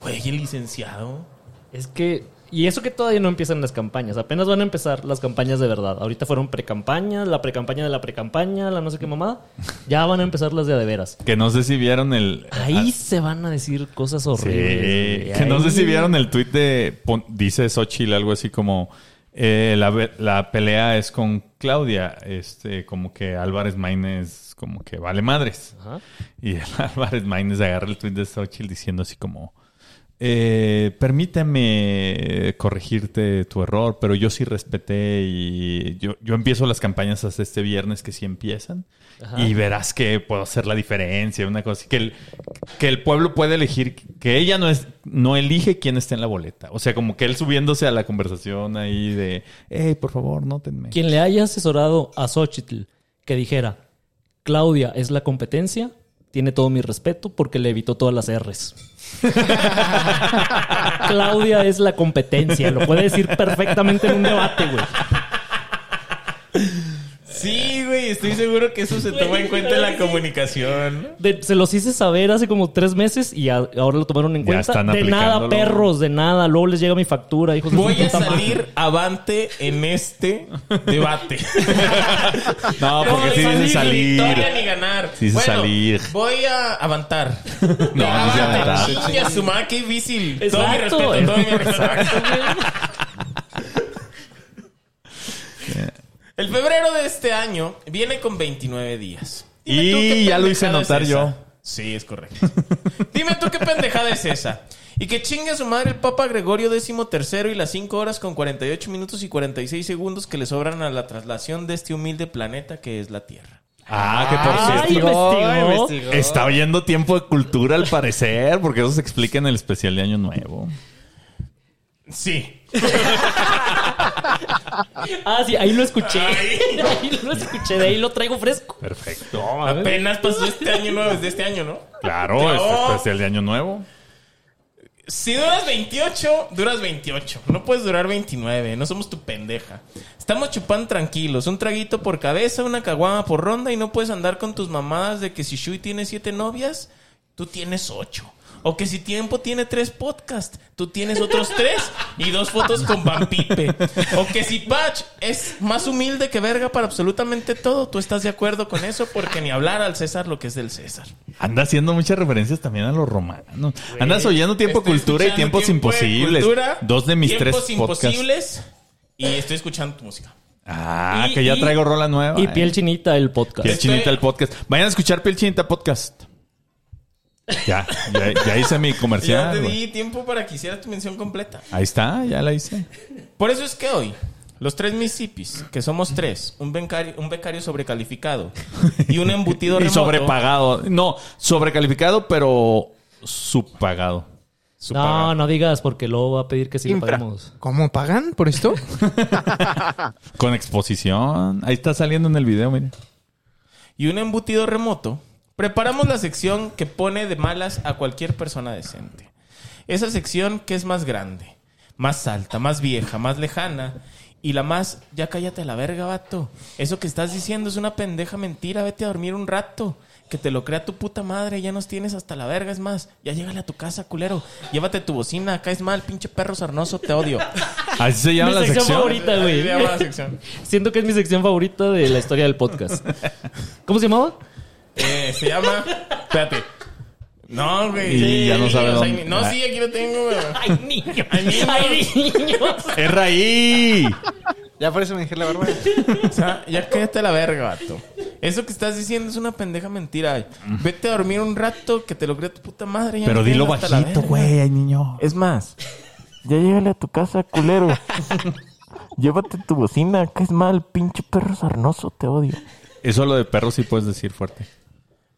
Güey, el licenciado.
Es que. Y eso que todavía no empiezan las campañas. Apenas van a empezar las campañas de verdad. Ahorita fueron precampañas, la precampaña de la precampaña, la no sé qué mamada. Ya van a empezar las de a de veras.
Que no sé si vieron el... ah,
Ahí se van a decir cosas
Sí,
horribles. güey.
que no sé
Ahí-
si vieron el tuit de, pon- dice Xochitl algo así como, eh, la, ve- la pelea es con Claudia, este, como que Álvarez Maínez como que vale madres.
Ajá.
Y el Álvarez Maínez agarra el tuit de Xochitl diciendo así como, eh, permíteme corregirte tu error, pero yo sí respeté y yo, yo empiezo las campañas hasta este viernes que sí empiezan
Ajá.
y verás que puedo hacer la diferencia, una cosa así, que el, que el pueblo puede elegir, que ella no, es, no elige quién está en la boleta. O sea, como que él subiéndose a la conversación ahí de, hey, por favor, nótenme.
Quien le haya asesorado a Xochitl que dijera, Claudia es la competencia, tiene todo mi respeto porque le evitó todas las R's. Claudia es la competencia, lo puede decir perfectamente en un debate, güey.
Sí, güey, estoy seguro que eso se toma en cuenta en la comunicación.
De- se los hice saber hace como tres meses y a- ahora lo tomaron en
Ya
cuenta.
están
de nada,
aplicándolo.
perros, de nada. Luego les llega mi factura, hijos de su
Voy a
puta madre.
salir avante en este debate.
No,
No
porque
voy
sí dice
a victoria ni
salir.
ganar.
Sí dice salir.
Voy a avantar.
No, dice avantar.
Y a su madre, qué difícil. Todo mi
Exacto.
respeto, todo mi respeto.
Exacto, güey.
El febrero de este año viene con 29 días. Dime
Y
tú qué
ya lo hice
pendejada
notar
es
yo.
esa. Sí, es correcto. Dime tú qué pendejada es esa. Y que chingue a su madre el Papa Gregorio XIII y las 5 horas con 48 minutos y 46 segundos que le sobran a la traslación de este humilde planeta que es la Tierra.
Ah, que por
Ay,
cierto.
investigó.
Está oyendo tiempo de cultura al parecer, porque eso se explica en el especial de Año Nuevo.
Sí.
Ah, sí, ahí lo escuché. Ahí lo escuché, de ahí lo traigo fresco.
Perfecto.
Apenas pasó este año nuevo, desde este año, ¿no?
Claro, es
No.
especial de Año Nuevo.
Si duras 28, duras 28. No puedes durar 29. No somos tu pendeja. Estamos chupando tranquilos. Un traguito por cabeza, una caguama por ronda y no puedes andar con tus mamadas de que si Shui tiene siete novias, tú tienes ocho. O que si Tiempo tiene tres podcasts, tú tienes otros tres y dos fotos con Vampipe. O que si Patch es más humilde que verga para absolutamente todo, tú estás de acuerdo con eso porque ni hablar al César lo que es del César.
Anda haciendo muchas referencias también a los romanos. Andas oyendo tiempo
Estoy
cultura y
escuchando
tiempos
Tiempo de
imposibles.
Cultura,
Dos de mis tres
Tiempos
podcasts.
imposibles y estoy escuchando tu música.
Ah,
Y-
que ya
y-
traigo rola nueva.
Y
eh.
piel chinita el podcast.
Piel
Estoy-
Chinita el podcast. Vayan a escuchar Piel Chinita podcast. Ya, ya, ya hice mi
ya
comercial.
te
güey.
di tiempo para que hicieras tu mención completa.
Ahí está, ya la hice.
Por eso es que hoy, los tres Mississippis, que somos tres, un becario, un becario sobrecalificado y un embutido
Y
remoto.
sobrepagado. No, sobrecalificado, pero subpagado.
No, no digas porque luego va a pedir que sí lo
Infra.
paguemos.
¿Cómo pagan por esto?
Con exposición. Ahí está saliendo en el video, mire.
y un embutido remoto, preparamos la sección que pone de malas a cualquier persona decente. Esa sección que es más grande, más alta, más vieja, más lejana y la más, ya cállate a la verga, vato. Eso que estás diciendo es una pendeja mentira, vete a dormir un rato. Que te lo crea tu puta madre, ya nos tienes hasta la verga, es más, ya llégale a tu casa, culero. Llévate tu bocina, acá es mal, pinche perro sarnoso, te odio.
Así se llama
Mi
la
sección
sección.
favorita,
Así se llama la
güey.
sección.
Siento que es mi sección favorita de la historia del podcast. ¿Cómo se llamaba?
Eh, se llama. Espérate. No, güey.
Y ya no sabe
niños,
dónde-
hay ni- No, sí, aquí lo tengo, güey.
Ay, niños.
Ay, niños.
Ay, niños.
Es raí.
Ya por eso me dejé la barba.
O sea, ya cállate la verga, vato. Eso que estás diciendo es una pendeja mentira. güey. Vete a dormir un rato que te lo crea tu puta madre. ya
Pero
no
dilo
tienes hasta la
bajito,
verga.
güey, ay, niño.
Es más, ya llegale a tu casa, culero. Llévate tu bocina, que es mal, pinche perro sarnoso, te odio.
Eso lo de perros sí puedes decir fuerte.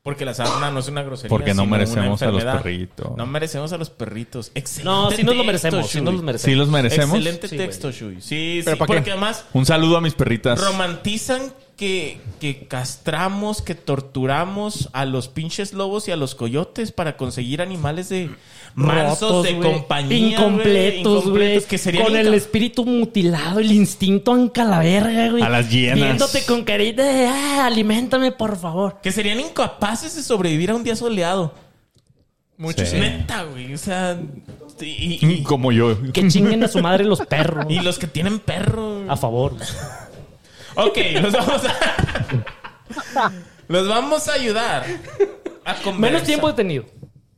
Porque la sarna no es una grosería.
Porque no
sino una
merecemos a los
enfermedad.
perritos.
No merecemos a los perritos. Excelente.
No, sí nos lo
texto,
merecemos. Sí nos
Shui.
lo
Sí
merecemos.
los merecemos.
Excelente
Sí,
texto, Shui. Sí,
¿Pero
sí.
pa' qué?
Porque además
Un saludo a mis perritas.
romantizan que, que castramos, que torturamos a los pinches lobos y a los coyotes para conseguir animales de mansos
Rotos,
de
güey.
compañía.
Incompletos, güey.
Que serían
Con el
inca-
espíritu mutilado, el instinto anca la verga, güey.
A las hienas.
Viéndote con carita de, ah, aliméntame, por favor.
que serían incapaces de sobrevivir a un día soleado.
Muchos.
Sí.
Neta, güey. O sea, y, y-
Como yo.
Que chinguen a su madre los perros.
y los que tienen perro.
A favor. güey.
Ok, los vamos a. los vamos a ayudar. A conversar.
Menos tiempo detenido.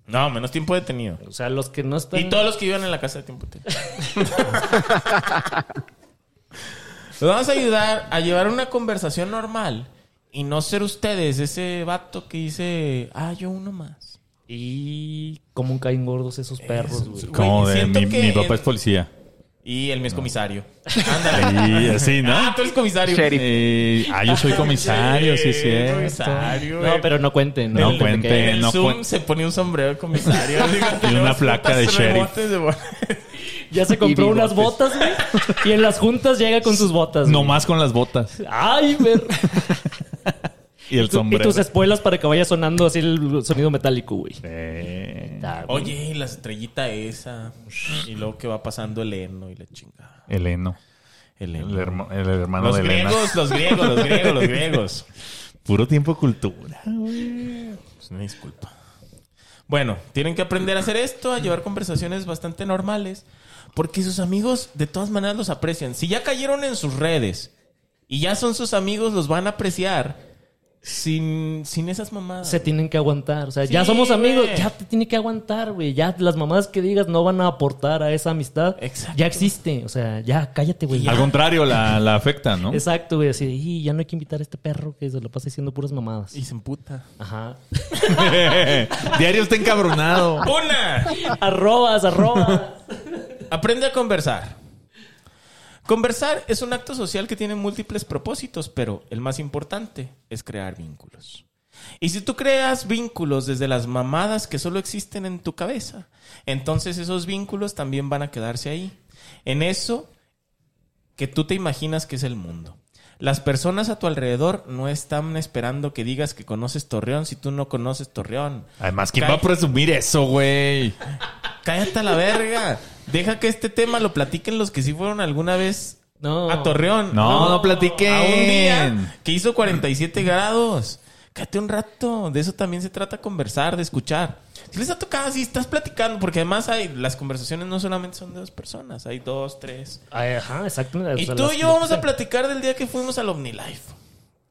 No, menos tiempo detenido.
O sea, los que no están.
Y todos los que vivan en la casa de tiempo Utero. Los vamos a ayudar a llevar una conversación normal y no ser ustedes ese vato que dice, ah, yo uno más.
Y cómo caen gordos esos perros, güey.
Como
Güey,
de
siento
mi,
que
mi papá
en-
es policía.
Y el mío es comisario. Ándale.
Y así, ¿no?
Ah, tú eres comisario.
Sheriff.
Eh, ah, yo soy comisario, sí, sí.
Eh,
es.
Comisario.
No, pero no cuenten.
No
cuenten
cuenten.
En
que-
el
no
Zoom
cuen-
se ponía un sombrero de comisario.
Y una placa de
sheriff.
Ya se compró unas botas, güey. Y en las juntas llega con sus botas. güey.
Nomás con las botas
Ay, ver.
y el
Y
sombrero.
tus espuelas para que vaya sonando así el sonido metálico, güey.
Eh,
Está, Ah, güey.
Oye, y la estrellita esa. Y luego que va pasando el heno y la chingada.
Eleno.
El heno.
El, herma- el hermano
Los
de Elena.
griegos, los griegos, los griegos, los griegos.
Puro tiempo cultura.
Pues una disculpa. Bueno, tienen que aprender a hacer esto, a llevar conversaciones bastante normales, porque sus amigos de todas maneras los aprecian. Si ya cayeron en sus redes y ya son sus amigos, los van a apreciar. sin, sin esas mamadas.
Se tienen que aguantar. O sea,
Sí,
ya somos amigos,
güey.
ya te tiene que aguantar, güey. Ya las mamadas que digas no van a aportar a esa amistad.
Exacto.
Ya existe. O sea, ya cállate, güey.
Al contrario, la, la afecta, ¿no?
Exacto, güey. Así, de, "Y ya no hay que invitar a este perro que se lo pasa diciendo puras mamadas.
Y se emputa.
Ajá.
Diario está encabronado.
¡Una!
arrobas, arrobas.
Aprende a conversar. Conversar es un acto social que tiene múltiples propósitos, pero el más importante es crear vínculos. Y si tú creas vínculos desde las mamadas que solo existen en tu cabeza, entonces esos vínculos también van a quedarse ahí, en eso que tú te imaginas que es el mundo. Las personas a tu alrededor no están esperando que digas que conoces Torreón si tú no conoces Torreón.
Además, ¿quién va a presumir eso, güey?
Cállate a la verga. Deja que este tema lo platiquen los que sí fueron alguna vez
No.
a Torreón.
No, no platiquen.
A un día que hizo 47 grados. Cállate un rato. De eso también se trata conversar, de escuchar. Si les ha tocado, si estás platicando, porque además hay las conversaciones no solamente son de dos personas, hay dos, tres.
Ay, Ajá, exacto.
Y tú y yo vamos a platicar del día que fuimos al OmniLife.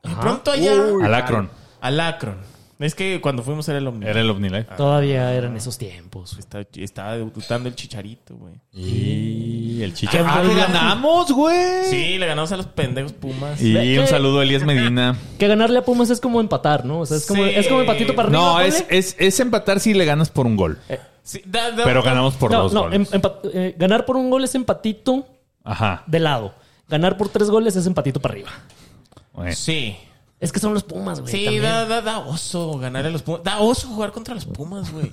Y
Ajá.
pronto allá
Alacron.
al Akron. Es que cuando fuimos era el OmniLife.
Era el OmniLife.
Todavía eran esos tiempos. güey.
Estaba, estaba debutando el chicharito, güey.
Y el chicha.
Ah, ¿le
ganamos, güey!
Sí, le ganamos a los pendejos Pumas.
Y un saludo a Elías Medina.
Que ganarle a Pumas es como empatar, ¿no? O sea, es como,
Sí.
es como empatito para arriba.
No,
ponle.
es, es, es empatar si le ganas por un gol.
Sí, da- da-
Pero ganamos por
No,
dos
no,
goles.
em- empa- eh, ganar por un gol es empatito
Ajá.
de lado. Ganar por tres goles es empatito para arriba.
Bueno.
Sí.
Es que son los Pumas, güey.
Sí,
también.
da, da, da oso ganar a los Pumas. Da oso jugar contra los Pumas, güey.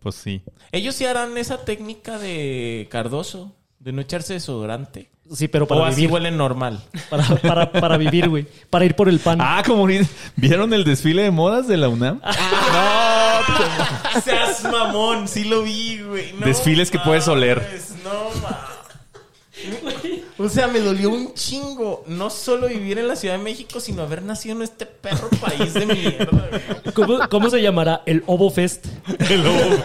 pues sí.
Ellos sí harán esa técnica de Cardoso, de no echarse desodorante.
Sí, pero
O
para
así
vivir.
huelen normal.
Para, para, para vivir, güey. Para ir por el pan.
Ah, como ahorita- vieron el desfile de modas de la UNAM.
Ah.
Seas mamón, sí lo vi, güey. No
Desfiles que puedes oler.
mames, No, mames. O sea, me dolió un chingo. No solo vivir en la Ciudad de México, sino haber nacido en este perro país de mierda, güey.
¿Cómo, cómo se llamará? El Ovo Fest.
El Ovo.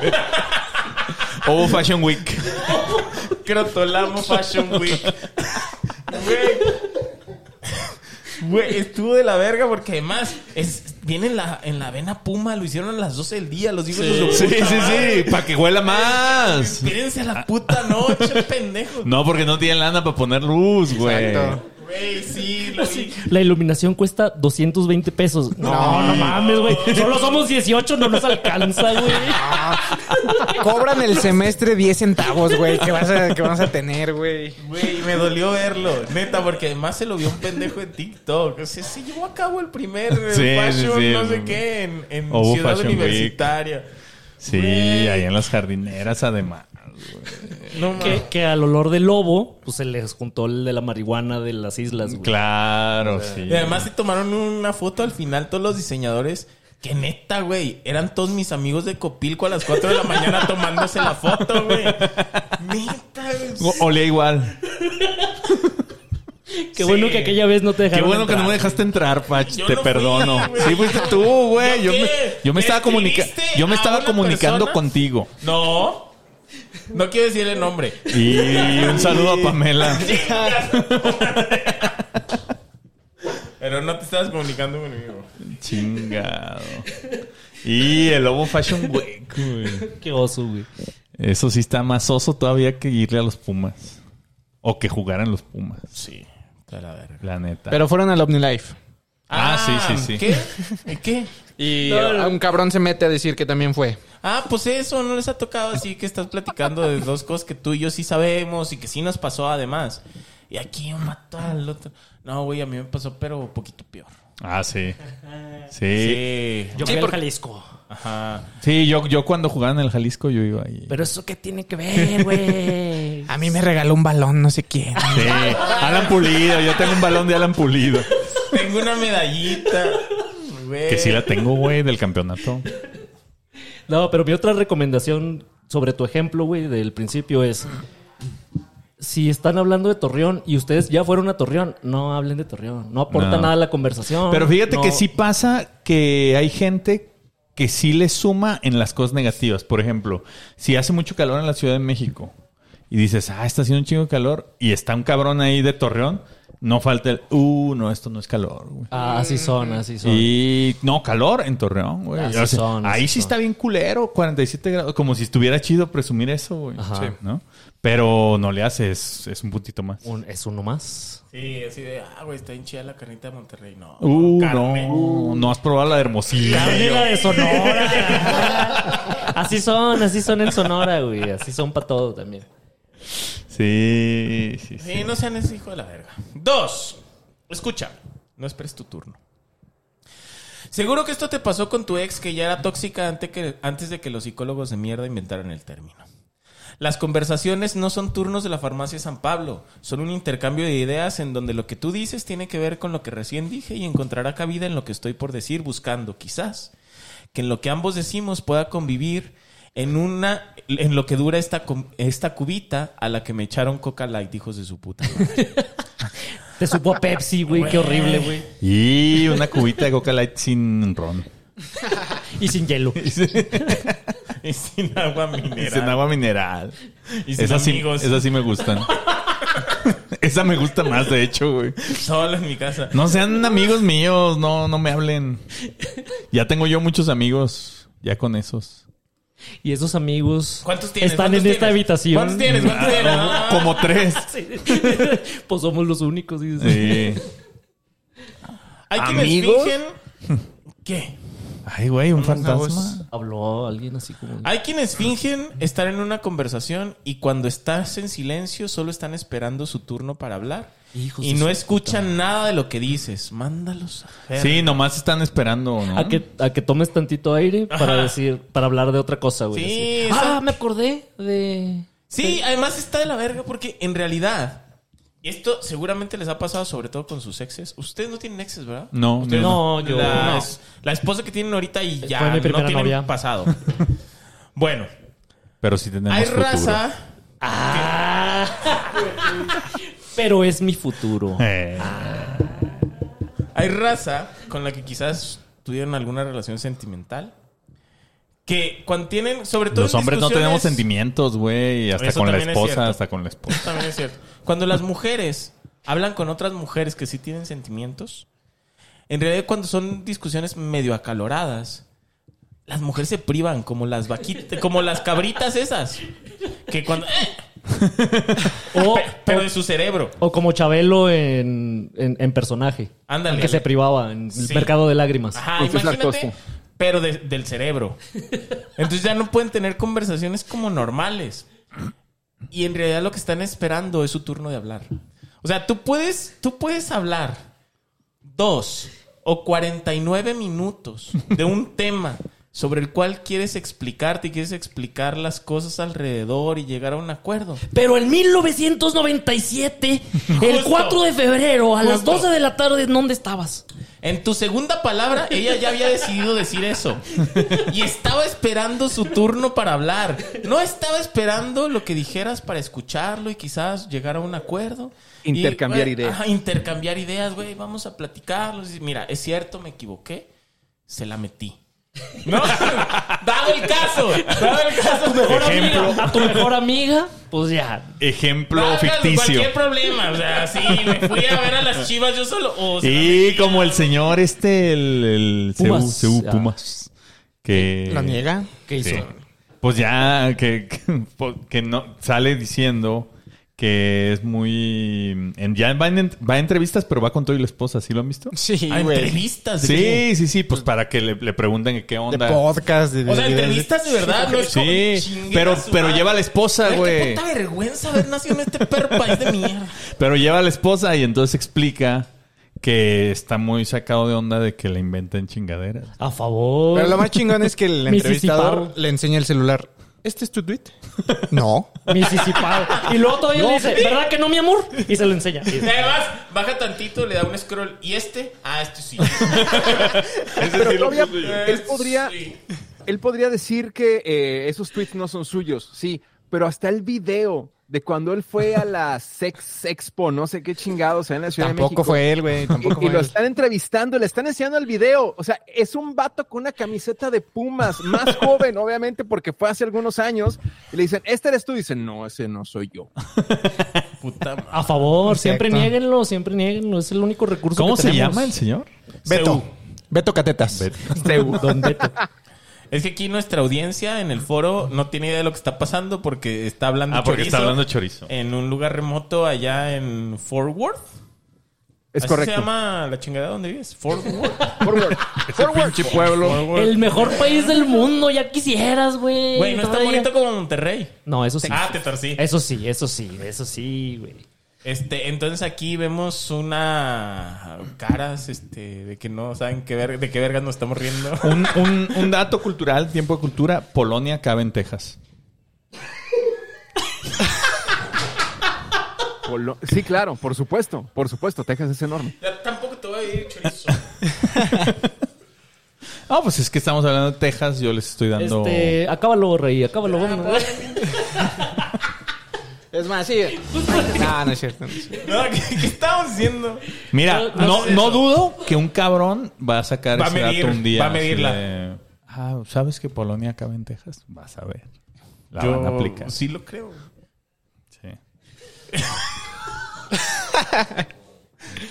Ovo Fashion Week.
Crotolamo Fashion Week. Güey. Güey, estuvo de la verga porque además es, viene en la, en la vena puma, lo hicieron a las 12 del día, los hijos de su
Sí, sí,
puta
sí.
madre.
Para que huela más.
Espérense a la puta noche, pendejo.
No, porque no tienen lana para poner luz, güey.
Exacto.
Güey, sí, lo vi.
La iluminación cuesta 220 pesos. No, no, mames, güey. Solo somos 18, no nos alcanza, güey.
Cobran el semestre 10 centavos, güey. ¿Qué vas a, qué vas a tener, güey?
Güey, me dolió verlo, neta, porque además se lo vio un pendejo en TikTok. O sea, se llevó a cabo el primer eh,
Sí, sí,
fashion,
sí.
no sé qué, en, en
Hubo
Ciudad
Fashion Week.
Universitaria.
Sí,
Güey.
ahí en las jardineras además.
No mames.
Que, que al olor del lobo, pues se les juntó el de la marihuana de las islas, güey.
Claro, sí.
Y además se tomaron una foto al final todos los diseñadores. Que neta, güey. Eran todos mis amigos de Copilco a las 4 de la mañana tomándose la foto, güey. Neta,
O-
güey.
Olía igual.
Qué bueno que aquella vez no te
Qué
dejaron.
bueno que no me
entrar.
dejaste entrar, Pach.
Yo
Te
no fui,
perdono.
güey.
sí, fuiste tú, güey.
¿Yo
Yo, me,
qué?
yo me
¿Le
estaba, comunica
escribiste
yo me
a
estaba
una
comunicando
persona?
contigo.
No. No quiero decir el nombre.
Y un saludo a Pamela.
Pero no te estabas comunicando conmigo.
Chingado. Y el Lobo Fashion Week, güey.
Qué oso, güey.
Eso sí está más oso todavía que irle a los Pumas. O que jugaran los Pumas,
Sí. está de la verga.
la neta.
Pero fueron al OmniLife.
Ah, sí, sí, sí.
¿Qué? ¿Qué?
Y un cabrón se mete a decir que también fue.
Ah, pues eso, no les ha tocado así que estás platicando de dos cosas que tú y yo sí sabemos y que sí nos pasó además. Y aquí un mató al otro. No, güey, a mí me pasó, pero un poquito peor.
Ah, sí. Sí.
Sí.
Yo fui al Jalisco.
Ajá.
Sí, yo, yo cuando jugaba en el Jalisco, yo iba ahí.
Pero eso qué tiene que ver, güey.
A mí me regaló un balón, no sé quién.
Sí. Alan Pulido. Yo tengo un balón de Alan Pulido.
Tengo una medallita. Güey.
Que sí la tengo, güey, del campeonato.
No, pero mi otra recomendación sobre tu ejemplo, güey, del principio es... Si están hablando de Torreón y ustedes ya fueron a Torreón, no hablen de Torreón. No aporta
No.
nada a la conversación.
Pero fíjate
No.
que sí pasa que hay gente que sí le suma en las cosas negativas. Por ejemplo, si hace mucho calor en la Ciudad de México y dices, ah, está haciendo un chingo de calor y está un cabrón ahí de Torreón, No falta el. Uh, no, esto no es calor, güey.
Ah, así son, así son.
Y no, calor en Torreón, güey.
Así
O sea,
son, así
ahí sí
son.
está bien culero, 47 grados. Como si estuviera chido presumir eso, güey.
Ajá.
Sí, ¿no? Pero no le haces, es un puntito más.
Un- es uno más.
Sí, así de, ah, güey, está hinchada la carnita de Monterrey. No.
Uh,
carne.
no. No has probado la de Hermosillo.
Carnera de Sonora. así son, así son en Sonora, güey. Así son para todo también.
Sí, sí, sí.
Sí, no sean ese hijo de la verga. Dos. Escucha. No esperes tu turno. Seguro que esto te pasó con tu ex que ya era tóxica ante que- antes de que los psicólogos de mierda inventaran el término. Las conversaciones no son turnos de la farmacia San Pablo, son un intercambio de ideas en donde lo que tú dices tiene que ver con lo que recién dije y encontrará cabida en lo que estoy por decir, buscando quizás que en lo que ambos decimos pueda convivir en una en lo que dura esta com- esta cubita a la que me echaron Coca Light, hijos de su puta. madre.
Te supo a Pepsi, güey. Qué horrible, güey.
Y una cubita de Coca Light sin ron.
Y sin hielo.
y sin agua mineral.
Y sin agua mineral.
Y sin
Esa sí,
amigos.
esa sí me gustan. esa me gusta más, de hecho, güey.
Solo en mi casa.
No sean amigos míos, no, no me hablen. Ya tengo yo muchos amigos, ya con esos.
Y esos amigos
¿Cuántos tienes?
están en
¿Cuántos
esta
tienes?
habitación.
¿Cuántos tienes? ¿Cuántos tienes?
Ah, Como tres.
pues somos los únicos. dices.
Sí.
Ah, Hay quienes
¿Amigos?
fingen ¿Qué?
Ay, güey, un
voz.
fantasma.
Habló alguien así como.
Hay quienes fingen estar en una conversación y cuando estás en silencio solo están esperando su turno para hablar
Hijos
y
de
no
su
escuchan nada de lo que dices. Mándalos a ver.
Sí, nomás están esperando, ¿no?
A que, a que tomes tantito aire para
Ah, Ajá.
decir, para hablar de otra cosa, güey.
Sí,
así.
esa-
Ah, me acordé de.
Sí, además está de la verga porque en realidad esto seguramente les ha pasado sobre todo con sus exes. Ustedes no tienen exes, ¿verdad?
No,
Ustedes-
no, yo
la,
no.
es- la esposa que tienen ahorita y ya
Fue mi
no
primera
tienen
novia.
pasado. bueno,
Pero sí tenemos
hay
futuro.
raza
Pero es mi futuro.
Eh,
Ah, Hay raza con la que quizás tuvieron alguna relación sentimental. Que cuando tienen, sobre todo.
los
en
hombres no tenemos
discusiones-
sentimientos, güey, hasta
Eso
con la
también es
esposa,
cierto.
hasta con la esposa.
También es cierto. Cuando las mujeres hablan con otras mujeres que sí tienen sentimientos, en realidad cuando son discusiones medio acaloradas, las mujeres se privan como las vaquitas, como las cabritas esas. Que cuando. ¡eh!
O,
Pe- Pero de su cerebro.
o como Chabelo en, en, en personaje.
Ándale.
Que se privaba en
Sí.
el mercado de lágrimas.
Ajá,
Pues es la
imagínate,
cosa.
pero de- del cerebro. Entonces ya no pueden tener conversaciones como normales. Y en realidad lo que están esperando es su turno de hablar. O sea, tú puedes, tú puedes hablar dos o 49 minutos de un tema sobre el cual quieres explicarte y quieres explicar las cosas alrededor y llegar a un acuerdo.
Pero en 1997, el
Justo.
4 de febrero, a las
Justo.
12 de la tarde, ¿dónde estabas?
En tu segunda palabra, ella ya había decidido decir eso. Y estaba esperando su turno para hablar. No estaba esperando lo que dijeras para escucharlo y quizás llegar a un acuerdo.
Intercambiar
Y, güey,
ideas.
ajá, intercambiar ideas, güey. Vamos a platicarlo. Y, Mira, es cierto, me equivoqué. Se la metí. No, dado el caso, dado el caso, mejor amiga.
Amiga, a tu mejor amiga, pues ya.
Ejemplo
Válgalo,
ficticio.
Cualquier problema, o sea, sí, me fui a ver a las chivas yo solo. o se la
Y
metí.
como el señor este, el, el
Pumas.
CU,
Ah.
Pumas, que...
¿Lo niega?
¿Qué hizo?
Sí. Pues ya que, que, pues, que no sale diciendo que es muy en- ya va en, va a entrevistas, pero va con todo y la esposa, ¿sí lo han visto?
Sí,
A
güey.
Ah, entrevistas. ¿de qué?
Sí, sí, sí, pues para que le, le pregunten que qué
De
onda.
podcast. De,
O sea,
de- de-
entrevistas de verdad, no es como
Sí,
chingue
pero,
a su
pero
madre.
lleva a la esposa,
Güey,
güey.
Qué puta vergüenza haber nacido en este perro país de mierda.
Pero lleva a la esposa y entonces explica que está muy sacado de onda de que le inventen chingaderas.
A favor.
Pero lo más chingón es que el entrevistador
Misisiparro.
le enseña el celular. ¿Este es tu tweet? No.
Misisipado. Y luego todavía le dice, ¿verdad que no, mi amor? Y se lo enseña.
Y además, baja tantito, le da un scroll. ¿Y este? Ah, este sí.
Pero todavía él podría,
Sí.
él podría decir que eh, esos tweets no son suyos, sí, pero hasta el video de cuando él fue a la Sex Expo, no sé qué chingados, en la Ciudad de
Tampoco
México.
fue él, güey. Tampoco
Y
fue
lo
él.
están entrevistando, le están enseñando el video. O sea, es un vato con una camiseta de Pumas, más joven, obviamente, porque fue hace algunos años. Y le dicen, ¿este eres tú? Y dicen, no, ese no soy yo.
Puta madre.
A favor, siempre
Exacto.
nieguenlo, siempre nieguenlo. Es el único recurso
¿Cómo
que
se
tenemos.
llama el señor?
Beto.
Seú.
Beto Catetas.
Don Beto.
Es que aquí nuestra audiencia en el foro no tiene idea de lo que está pasando porque está hablando
Ah, porque está
chorizo
hablando chorizo.
en un lugar remoto allá en Fort Worth.
Es
Así
correcto.
se llama la chingada donde vives? Fort Worth.
Forward. Forward.
Fort Worth.
El mejor país del mundo, ya quisieras, güey.
Güey, no es tan
Todavía.
bonito como Monterrey.
No, eso sí.
Ah, te torcí.
Eso sí, eso sí, eso sí, güey.
Este, entonces aquí vemos una caras este de que no saben qué ver, de qué vergas nos estamos riendo.
Un, un- un dato cultural, tiempo de cultura. Polonia cabe en Texas.
Polo- Sí, claro, por supuesto, por supuesto. Texas es enorme.
Ya tampoco te voy a ir chorizo.
Ah, pues es que estamos hablando de Texas. Yo les estoy dando.
Este, acábalo, rey, acábalo,
Ah,
vámonos.
pues.
Es más, sí. Ah, No, no es cierto. no es cierto.
No, ¿qué, qué estamos haciendo?
Mira,
No, no
no,
es
no
eso.
dudo que un cabrón va a sacar
Va a
ese
medir,
dato un día.
va a medirla.
así de, ah, ¿sabes que Polonia cabe en Texas? Vas a ver. La
Yo
Ah, van a aplicar.
sí lo creo.
Sí.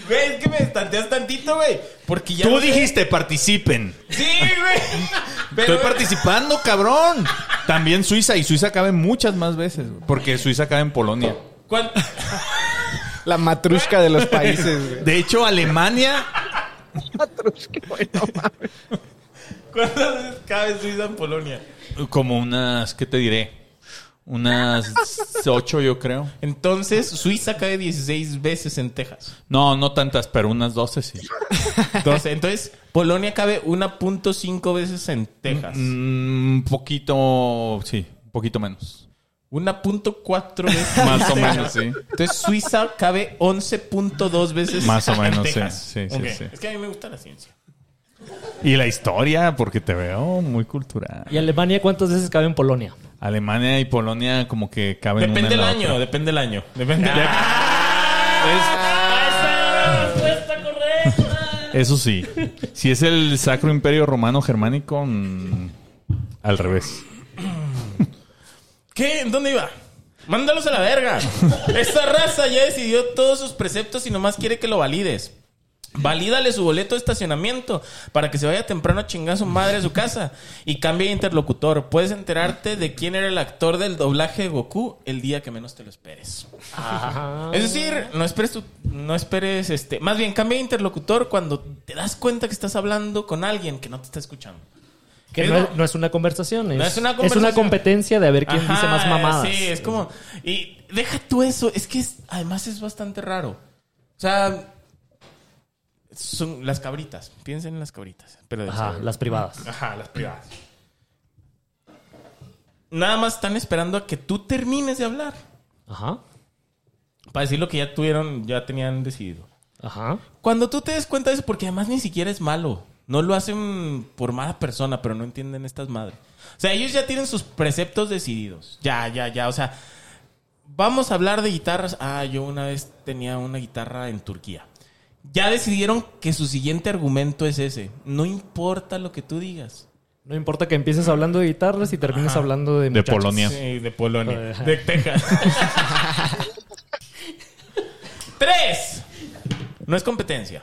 Güey, es que me estanteas tantito, güey. Porque ya. no sé-
dijiste participen.
Sí, güey. Pero.
eh.
Estoy participando, cabrón. También Suiza. Y Suiza cabe muchas más veces. güey, Porque Suiza cabe en Polonia.
¿cuán-
La matrushka de los países, güey.
De hecho, Alemania
¿Cuántas veces cabe Suiza en Polonia?
Como unas, ¿qué te diré? Unas ocho, yo creo.
Entonces, Suiza cae 16 veces en Texas.
No, no tantas, pero unas doce sí.
Entonces, entonces Polonia cabe 1.5 veces en Texas.
Mm, Un poquito, sí, un poquito menos.
1.4 veces.
Más
en
o
Texas.
menos, sí.
Entonces, Suiza cabe 11.2 veces
Más o
en
menos, sí,
Texas.
sí, sí,
Ok.
sí.
Es que a mí me gusta la ciencia.
Y la historia, porque te veo muy cultural.
¿Y Alemania cuántas veces cabe en Polonia?
Alemania y Polonia como que caben
Depende
una en
del
la
año,
otra.
depende del año. Depende del año. Ah.
Eso sí. Si es el Sacro Imperio Romano Germánico, mm, al revés.
¿Qué? ¿En dónde iba? Mándalos a la verga. Esta raza ya decidió todos sus preceptos y nomás quiere que lo valides. Valídale su boleto de estacionamiento para que se vaya temprano a chingar a su madre a su casa y cambie de interlocutor. Puedes enterarte de quién era el actor del doblaje de Goku el día que menos te lo esperes. Es decir, no esperes tu- no esperes este, más bien cambia de interlocutor cuando te das cuenta que estás hablando con alguien que no te está escuchando.
Que
Es
no
lo-
es, no es una conversación, es,
No es una
es una
conversación.
competencia de a ver quién
Ajá,
dice más mamadas.
Sí, es como. Y deja tú eso. Es que es- además es bastante raro. O sea. Son las cabritas. Piensen en las cabritas. Pero de
Ajá,
cerebro.
las privadas.
Ajá, las privadas. Nada más están esperando a que tú termines de hablar.
Ajá,
Para decir lo que ya tuvieron, ya tenían decidido.
ajá.
Cuando tú te des cuenta de eso, porque además ni siquiera es malo. No lo hacen por mala persona, pero no entienden estas madres. O sea, ellos ya tienen sus preceptos decididos. Ya, ya, ya. O sea, vamos a hablar de guitarras. Ah, yo una vez tenía una guitarra en Turquía. Ya decidieron que su siguiente argumento es ese. No importa lo que tú digas.
No importa que empieces hablando de guitarras y termines hablando de,
De
muchachos.
Polonia.
Sí, de Polonia. De Texas. Tres. No es competencia.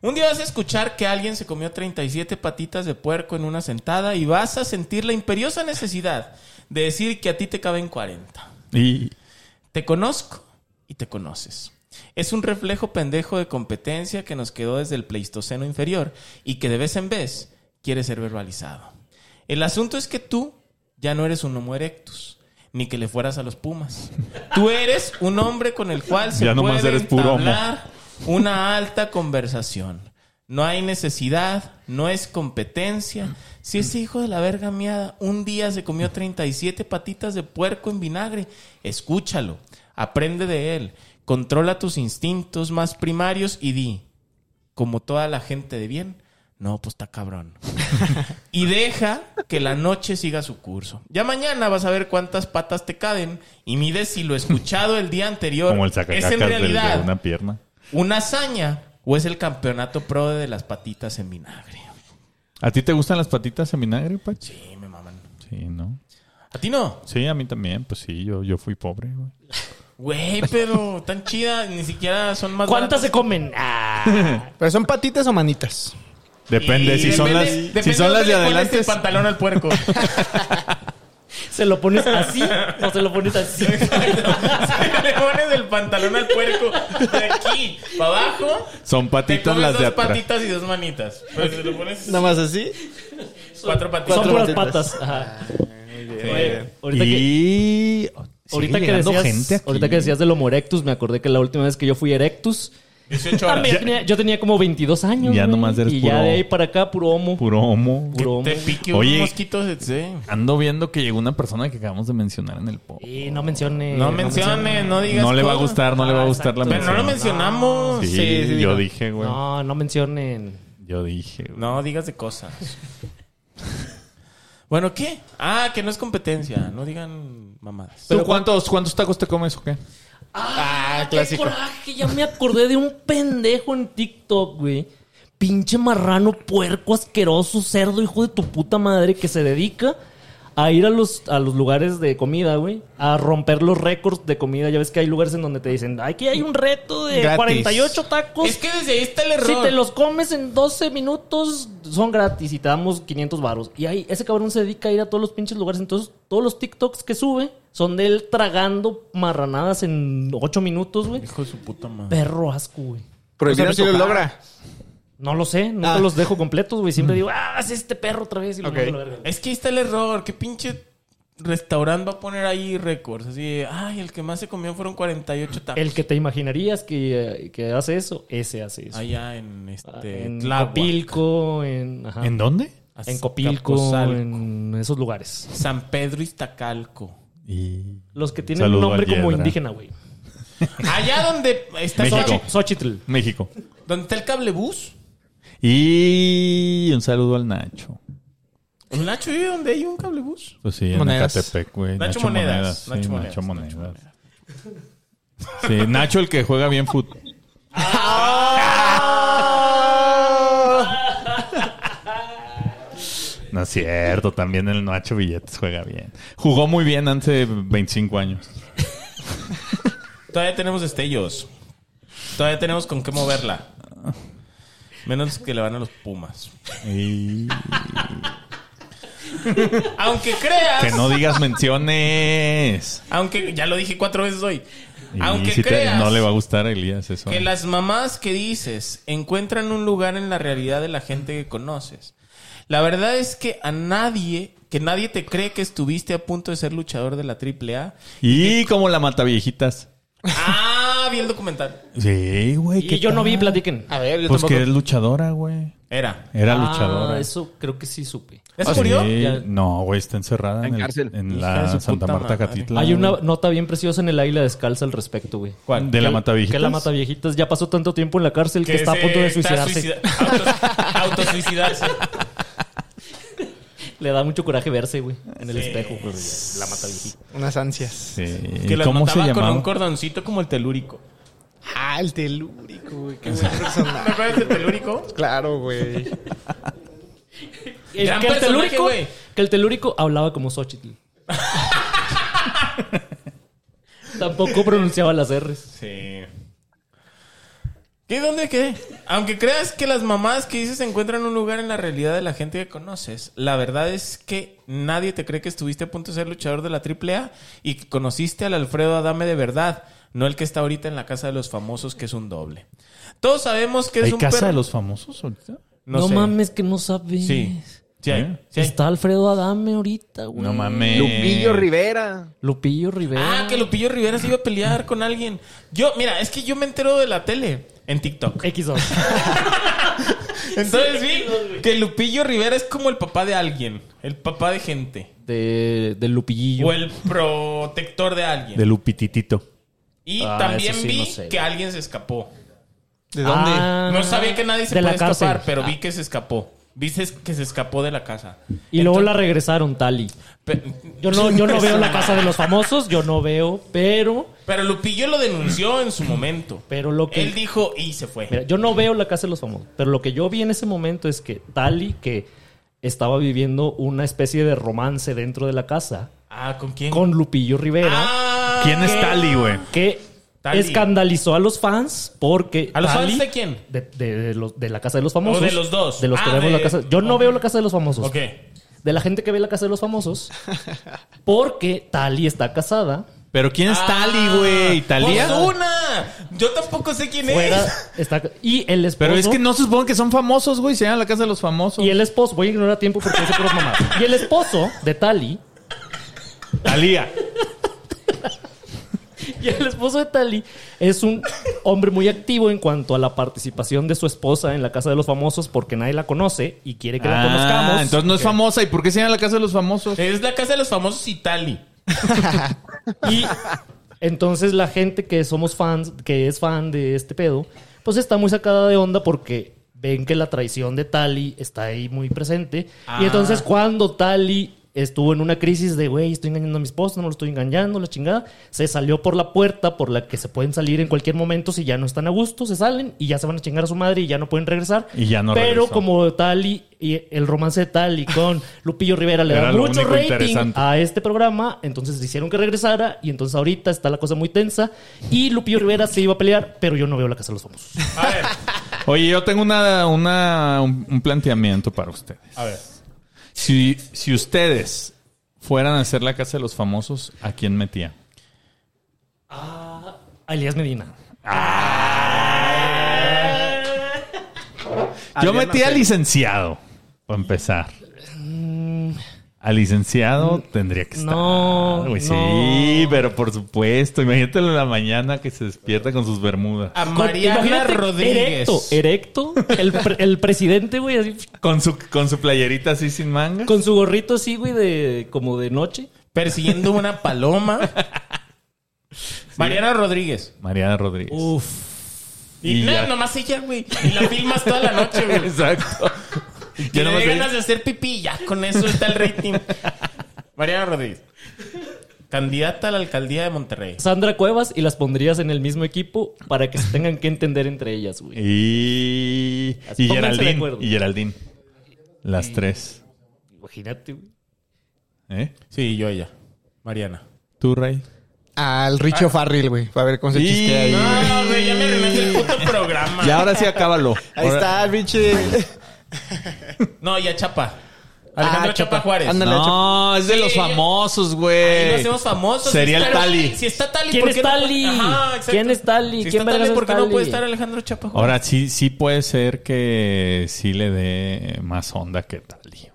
Un día vas a escuchar que alguien se comió 37 patitas de puerco en una sentada y vas a sentir la imperiosa necesidad de decir que a ti te caben 40.
Y
Te conozco y te conoces. Es un reflejo pendejo de competencia que nos quedó desde el Pleistoceno inferior y que de vez en vez quiere ser verbalizado. El asunto es que tú ya no eres un Homo erectus, ni que le fueras a los Pumas. Tú eres un hombre con el cual se
Ya nomás
puede
eres puro homo.
entablar una alta conversación. No hay necesidad, no es competencia. Si ese hijo de la verga miada un día se comió 37 patitas de puerco en vinagre, escúchalo, aprende de él, controla tus instintos más primarios y di, como toda la gente de bien, no, pues está cabrón. y deja que la noche siga su curso. Ya mañana vas a ver cuántas patas te caden y mides si lo escuchado el día anterior
Como el
es
sacacacas
en
del- de
realidad
una pierna.
una hazaña o es el campeonato pro de las patitas en vinagre.
¿A ti te gustan las patitas en vinagre, Pachi?
Sí, me maman.
Sí, ¿no?
¿A ti no?
Sí, a mí también. Pues sí, yo, yo fui pobre, güey.
Güey, pero tan chida, ni siquiera son más
¿Cuántas
baratas.
se comen? Ah.
¿Pero son patitas o manitas?
Depende,
Y
Eh, si son las,
depende-
si
depende
son
dónde
las de
le pones
adelante.
el pantalón al puerco.
¿Se lo pones así o se lo pones así?
le pones el pantalón al puerco de aquí para abajo.
Son
Te
patitas
comes
las de
dos
atrás.
patitas y dos manitas. Pero si te lo pones
Nada más así.
cuatro Eh, patitas.
Son puras
patitas.
patas. Ajá.
Sí.
Oye, ahorita que...
Y
Ahorita
sigue
que,
llegando
decías,
gente aquí.
ahorita que decías del Homo erectus, me acordé que la última vez que yo fui erectus,
18
ah, mira,
horas.
yo, tenía, yo tenía como 22 años.
Ya
güey,
nomás eres
Y ya
puro-
de ahí para acá, puro homo. Puro,
puro homo.
homo.
Te
güey.
pique
Oye.
un mosquito. sí.
Ando viendo que llegó una persona que acabamos de mencionar en el podcast.
Y no mencione.
No menciones, no digas.
No le va a
cosas.
gustar, no le va a
Ah,
gustar la
Pero no lo
mención.
mencionamos.
Sí,
Sí, sí,
yo
dijo.
dije, güey.
No, no mencionen.
Yo dije, güey.
No digas de cosas. Bueno, ¿qué? Ah, que no es competencia. No digan mamadas.
¿Tú cuántos, cuántos tacos te comes o qué?
Ah,
clásico.
Qué coraje, ya me acordé de un pendejo en TikTok, güey. Pinche marrano, puerco, asqueroso, cerdo, hijo de tu puta madre, que se dedica a ir a los, a los lugares de comida, güey. A romper los récords de comida. Ya ves que hay lugares en donde te dicen, aquí hay un reto de
Gratis.
48 tacos.
Es que desde ahí está el error.
Si te los comes en 12 minutos, son gratis y te damos 500 varos. Y ahí, ese cabrón se dedica a ir a todos los pinches lugares. Entonces, todos los TikToks que sube son de él tragando marranadas en 8 minutos, güey.
Hijo de su puta madre.
Perro asco, güey.
Pero
Prohibido
si lo
tocar.
logra.
No lo sé, nunca
Ah.
los dejo completos, güey. Siempre digo, ah, es este perro otra vez y lo
Ok.
mando a la verga.
Es que ahí está el error. ¿Qué pinche restaurante va a poner ahí récords? Así de, ay, el que más se comió fueron 48 tacos.
El que te imaginarías que, eh, que hace eso, ese hace eso.
Allá en este.
Ah, en
Tláhuac.
Copilco, en, ajá,
¿En dónde?
en Copilco,
Azcapotzalco.
en esos lugares.
San Pedro Iztacalco.
Y...
Los que tienen
Saludo
un nombre
al
como
Yedra.
indígena, güey.
Allá donde está
México.
Xochitl-
Xochitl.
México.
donde está el cablebús.
Y un saludo al Nacho.
El Nacho vive donde hay un cablebús.
Pues sí, en
Monedas.
Ecatepec, güey.
Nacho Monedas,
sí,
Nacho
Nacho,
Monedas,
Monedas.
Nacho
Sí, Nacho el que juega bien fútbol.
Ah.
No es cierto, también el Nacho Billetes juega bien. Jugó muy bien antes de 25 años.
Todavía tenemos destellos. Todavía tenemos con qué moverla. Menos que le van a los Pumas.
Y-
Aunque creas.
Que no digas menciones.
Aunque ya lo dije cuatro veces hoy.
Y
aunque
si te-
creas
no le va a gustar a Elías eso.
que las mamás que dices encuentran un lugar en la realidad de la gente que conoces. La verdad es que a nadie, que nadie te cree que estuviste a punto de ser luchador de la AAA.
Y como la mata viejitas.
Ah, vi el documental.
Sí, güey.
Y
¿qué
yo no
tal?
vi, platiquen.
A ver, yo
Pues que
tampoco.
es luchadora, güey.
Era.
Era
Ah,
luchadora.
Eso creo que sí supe.
¿Ya
Sí.
se murió?
Ya.
No, güey, está encerrada
En
en, el-
cárcel.
en
Hija de
la
su
Santa
puta
Marta
madre.
Catitla.
Hay una
güey.
nota bien preciosa en el águila descalza al respecto, güey.
¿Cuál? ¿De la
Que-
Mataviejitas?
Que la mataviejitas ya pasó tanto tiempo en la cárcel que, está a
se
punto de
está
suicidarse.
suicida- auto- Autosuicidarse.
Le da mucho coraje verse, güey, en el espejo. pero ya, la mataviejita.
Unas ansias.
Sí.
que la
¿Cómo se
notaba con un
llamaba?
cordoncito como el telúrico.
Ah, el telúrico, güey. Qué buen personaje.
¿Te acuerdas del telúrico?
Claro, güey.
Gran
que, el
personaje,
telúrico,
güey.
que el telúrico hablaba como Xochitl. Tampoco pronunciaba las R's.
Sí. ¿Qué? ¿Dónde qué? Aunque creas que las mamás que dices encuentran un lugar en la realidad de la gente que conoces, la verdad es que nadie te cree que estuviste a punto de ser luchador de la AAA y que conociste al Alfredo Adame de verdad, no el que está ahorita en la casa de los famosos que es un doble. Todos sabemos que es
¿Hay
un
casa
perro-
de los famosos ahorita?
No,
sé.
mames, que no sabes.
Sí. Sí hay,
¿Eh?
sí hay.
Está Alfredo Adame ahorita, güey.
No mames.
Lupillo Rivera.
Lupillo Rivera.
Ah, que Lupillo Rivera se iba a pelear con alguien. Yo, mira, es que yo me entero de la tele en TikTok.
X2.
Entonces vi que Lupillo Rivera es como el papá de alguien, el papá de gente.
de, del Lupillillo.
O el protector de alguien.
De Lupititito.
Y
Ah,
también
eso sí,
vi
no sé,
que
güey.
alguien se escapó.
¿De dónde?
Ah,
no sabía que nadie se
de la
podía escapar,
cárcel.
pero
Ah.
vi que se escapó. Dices que se escapó de la casa.
Y luego la regresaron, Tali.
Pe-
Yo no, yo no veo la casa de los famosos, yo no veo, pero,
Pero Lupillo lo denunció en su momento.
pero lo que.
Él dijo y se fue.
Mira, yo no veo la casa de los famosos, pero lo que yo vi en ese momento es que Tali, que estaba viviendo una especie de romance dentro de la casa
Ah, ¿con quién?
con Lupillo Rivera,
Ah,
¿Quién es
¿qué?
Tali, güey?
que
Tali.
escandalizó a los fans porque.
¿A los
Tali-
fans de quién?
De, de- de los- de la casa de los famosos.
O de los dos.
De los que
Ah,
vemos
de-
la casa. Yo no
ok.
veo la casa de los famosos.
Ok.
De la gente que ve la casa de los famosos. Porque Tali está casada.
Pero ¿quién es Tali, güey? ¿Talía?
Pues una. Yo tampoco sé quién
Fuera
es.
está, y el esposo.
Pero es que no se supone que son famosos, güey. Se llama la casa de los famosos.
Y el esposo. Voy a ignorar tiempo porque es puras mamás. Y el esposo de Tali.
Talía.
Y el esposo de Tali es un hombre muy activo en cuanto a la participación de su esposa en la casa de los famosos porque nadie la conoce y quiere que la conozcamos.
Ah, entonces no es famosa. ¿Y por qué se llama la casa de los famosos?
Es la casa de los famosos y Tali.
Y entonces la gente que somos fans, que es fan de este pedo, pues está muy sacada de onda porque ven que la traición de Tali está ahí muy presente. Y
Ah.
entonces cuando Tali estuvo en una crisis de, güey, estoy engañando a mi esposo, no lo estoy engañando, la chingada, se salió por la puerta por la que se pueden salir en cualquier momento si ya no están a gusto, se salen y ya se van a chingar a su madre y ya no pueden regresar.
Y ya no
Pero
regresó.
como Tali y el romance de Tali con Lupillo Rivera le
Era
da
lo
mucho
único
rating
interesante.
a este programa, entonces hicieron que regresara y entonces ahorita está la cosa muy tensa y Lupillo Rivera se iba a pelear, pero yo no veo la casa de los famosos.
A ver,
Oye, yo tengo una, una- un, un planteamiento para ustedes.
a ver.
Si, si ustedes fueran a hacer la casa de los famosos, ¿a quién metían?
A Elías Medina.
Yo metí al licenciado, para empezar. Al licenciado tendría que estar.
Mm. no,
güey. Sí,
no.
pero por supuesto. Imagínatelo en la mañana que se despierta con sus bermudas.
A Mariana
Imagínate,
Rodríguez.
Erecto, erecto. El, pre- el presidente, güey, así,
Con su, con su playerita así sin manga.
con su gorrito así, güey, de, como de noche.
Persiguiendo una paloma. Mariana Rodríguez.
Mariana Rodríguez.
Uh.
Uf.
Y
Y, no,
ya.
nomás ella, güey. Y la filmas toda la noche, güey.
Exacto.
Que
Yo
le
nomás
dé
le-
ganas de hacer pipí, ya con eso está el rating. Mariana Rodríguez. Candidata a la alcaldía de Monterrey.
Sandra Cuevas y las pondrías en el mismo equipo para que se tengan que entender entre ellas, güey.
Y,
Así, pónganse
y
de
Geraldine.
acuerdo.
Y Geraldine. Las tres.
Imagínate, güey.
¿Eh?
Sí, yo ella. Mariana.
¿Tú, Ray?
Al Richo Farril, güey. Para ver cómo se
Y-
chistea ahí. güey.
No, Ah, güey, ya me arruinaste el puto programa.
Y ahora sí, acábalo.
Ahí está, el pinche.
No, ya Chapa. Alejandro
Ah,
Chapa,
Chapa.
Juárez.
Ándale.
No, es de
Sí,
los
yo-
famosos,
Ahí
güey.
lo hacemos famoso.
Eh, Sería
Si
el
está-
Tali.
Si está Tali,
¿Quién
¿por
es
qué no-
Tali?
Ajá, exacto.
¿Quién es Tali?
Si
¿Quién
está
vergas
Tali,
es
¿por qué no
Tali?
puede estar Alejandro Chapa Juárez?
Ahora sí, sí puede ser que sí le dé más onda que tal. güey.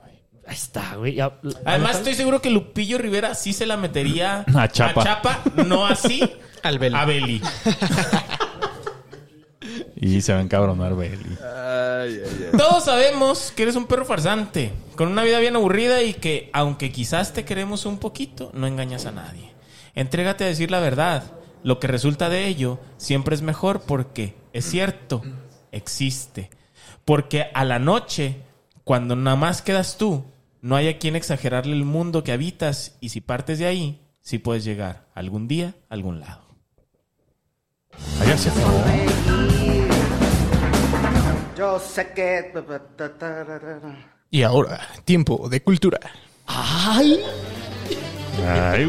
Ahí está, güey. Ya-
Además, estoy seguro que Lupillo Rivera sí se la metería
A Chapa.
no así
Al Beli.
a Beli.
Y se va a encabronar Beli.
Ay, ay, ay.
Todos sabemos que eres un perro farsante, con una vida bien aburrida y que, aunque quizás te queremos un poquito, no engañas a nadie. Entrégate a decir la verdad. Lo que resulta de ello siempre es mejor porque es cierto, existe. Porque a la noche, cuando nada más quedas tú, no hay a quien exagerarle el mundo que habitas y si partes de ahí, sí puedes llegar algún día a algún lado.
Allá se acabó.
Yo sé que.
Y ahora, tiempo de cultura.
Ay,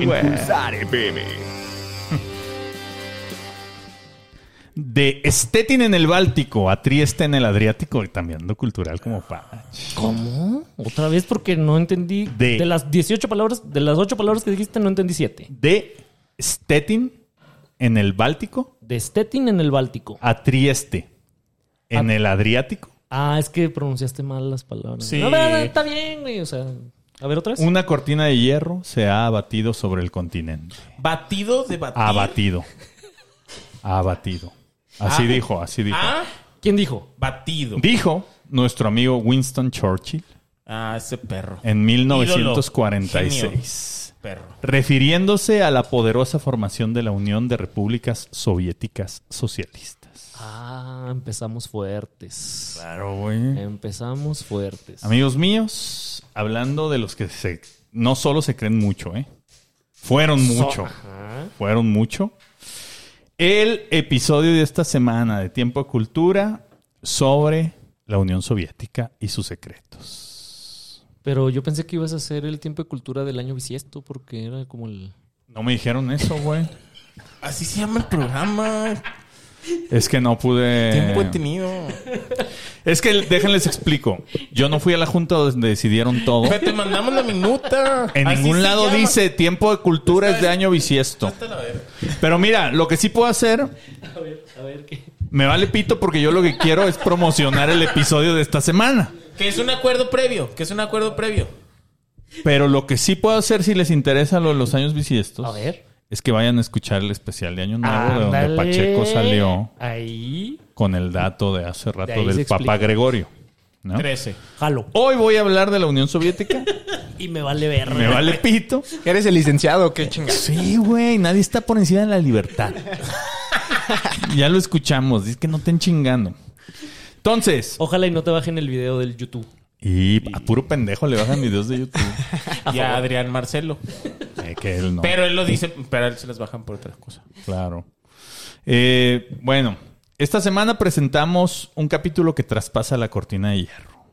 güey. De Stettin en el Báltico a Trieste en el Adriático, y también ando cultural como pa.
¿Cómo? Otra vez porque no entendí.
De-
De, las 18 palabras, de las 8 palabras que dijiste, no entendí 7.
De Stettin en el Báltico
De Stettin en el Báltico.
a Trieste en el Adriático.
Ah, es que pronunciaste mal las palabras.
Sí.
No, no, no, está bien, güey. O sea, a ver otra vez.
Una cortina de hierro se ha abatido sobre el continente.
Batido de batir.
Abatido. Abatido. Así
Ah. Ah.
dijo, así dijo.
Ah,
¿Quién dijo?
batido.
Dijo nuestro amigo Winston Churchill
Ah, ese perro.
en
Ídolo.
1946.
Perro.
refiriéndose a la poderosa formación de la Unión de Repúblicas Soviéticas Socialistas.
Ah, empezamos fuertes.
Claro, güey.
Empezamos fuertes.
Amigos míos, hablando de los que se, no solo se creen mucho, ¿eh? Fueron mucho.
Ajá.
Fueron mucho. El episodio de esta semana de Tiempo de Cultura sobre la Unión Soviética y sus secretos.
Pero yo pensé que ibas a hacer el tiempo de cultura del año bisiesto porque era como el...
No me dijeron eso, güey.
Así se llama el programa.
Es que no pude.
Tiempo he tenido.
Es que déjenles explico. Yo no fui a la junta donde decidieron todo.
Pero te mandamos la minuta.
En
Así
ningún
se
lado
llama.
dice tiempo de cultura es de año bisiesto.
Hasta la verga.
Pero mira, lo que sí puedo hacer,
A ver, a ver qué...
me vale pito porque yo lo que quiero es promocionar el episodio de esta semana.
Que es un acuerdo previo. Que es un acuerdo previo.
Pero lo que sí puedo hacer si les interesa lo de los años bisiestos
A ver.
es que vayan a escuchar el especial de Año Nuevo de donde Pacheco salió
Ahí.
con el dato de hace rato
De ahí se
del
explica.
Papa Gregorio. ¿no?
13.
Jalo.
Hoy voy a hablar de la Unión Soviética.
Y me vale ver.
Me vale pito.
Eres el licenciado, qué chingada.
Sí, güey, nadie está por encima de la libertad. ya lo escuchamos, dice que no estén chingando. Entonces,
Ojalá y no te bajen el video del YouTube.
y a puro pendejo le bajan videos de YouTube.
Y a Adrián Marcelo.
Eh, que él no.
Pero él lo dice. Pero a él se las bajan por otra cosa.
Claro. Eh, bueno, esta semana presentamos un capítulo que traspasa la cortina de hierro.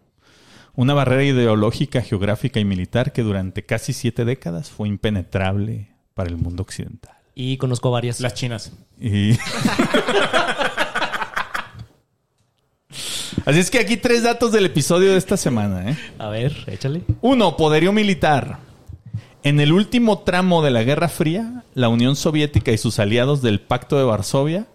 Una barrera ideológica, geográfica y militar que durante casi siete décadas fue impenetrable para el mundo occidental.
Y conozco varias.
Las chinas.
Y- Así es que aquí tres datos del episodio de esta semana. ¿eh?
A ver, échale.
Uno, poderío militar. En el último tramo de la Guerra Fría, la Unión Soviética y sus aliados del Pacto de Varsovia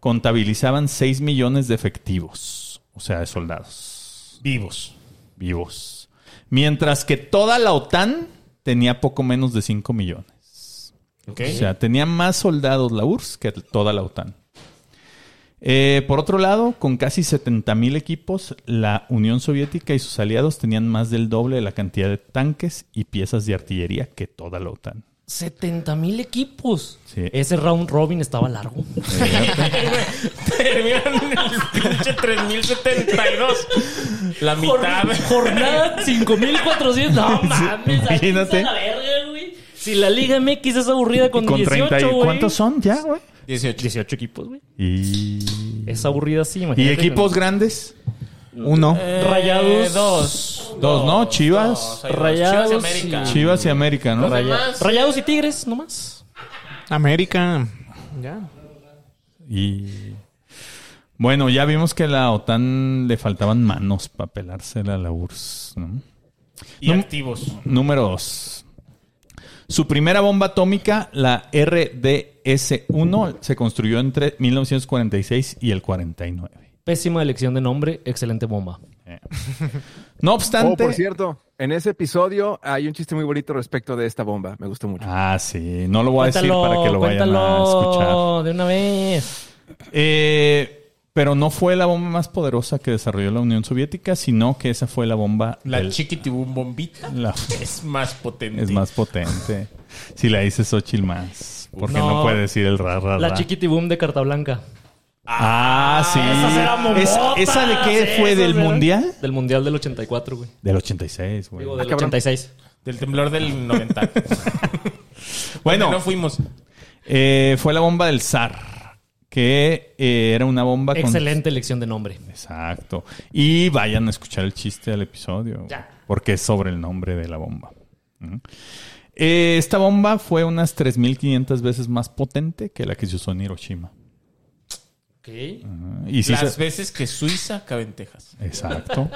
contabilizaban 6 millones de efectivos, o sea, de soldados
Vivos.
vivos. Mientras que toda la OTAN tenía poco menos de 5 millones.
Ok.
O sea, tenía más soldados la URSS que toda la OTAN. Eh, por otro lado, con casi 70.000 equipos, la Unión Soviética y sus aliados tenían más del doble de la cantidad de tanques y piezas de artillería que toda la OTAN.
70 mil equipos.
Sí.
Ese round robin estaba largo.
Terminan en el pinche 3072. La mitad.
Jor- Jornada 5400. No mames, ahí está
Imagínate.
la verga, güey. Si la Liga MX es aburrida con,
Con
18,
30 y-
güey.
¿Cuántos son ya, güey?
18.
18 equipos, güey.
Y,
Es aburrida así,
¿Y
imagínate.
equipos grandes.
Uno.
Eh, Rayados.
dos.
Dos, ¿no? Chivas.
dos, hay dos.
Rayados
Chivas y América.
Chivas y América, ¿no?
Los demás,
Rayados y Tigres, nomás.
América. Ya.
Y bueno, ya vimos que a la OTAN le faltaban manos para pelársela a la URSS, ¿no?
Y
No-
activos.
Número 2. Su primera bomba atómica, la RDS-1, se construyó entre 1946 y el 49.
Pésima elección de nombre, excelente bomba.
No
Oh,
obstante...
por cierto, en ese episodio hay un chiste muy bonito respecto de esta bomba. Me gustó mucho.
Ah, sí. No lo voy a decir para que lo vayan a escuchar.
de una vez.
Eh, pero no fue la bomba más poderosa que desarrolló la Unión Soviética, sino que esa fue la bomba...
La
del-
chiquitibum bombita
la-
es más potente.
es más potente. Si la dice Xochitl más. Porque no,
No.
puede decir el ra, ra,
La
ra.
chiquitiboom de Carta Blanca.
Ah, sí.
esas eran bombotas.
Es- ¿Esa de qué
Sí,
fue?
esas
¿Del
eran-
mundial?
Del mundial del 84, güey.
Del 86, güey.
Ah,
Digo, del
cabrón.
86.
Del temblor del 90.
Bueno,
No fuimos.
eh, fue la bomba del zar, que eh, era una bomba con-
Excelente elección de nombre.
Exacto. Y vayan a escuchar el chiste del episodio, güey,
Ya.
porque es sobre el nombre de la bomba. ¿Mm? Eh, esta bomba fue unas 3.500 veces más potente que la que se usó en Hiroshima.
Ok.
¿Mm? Y sí
Las
se-
veces que Suiza cabe en Texas.
Exacto.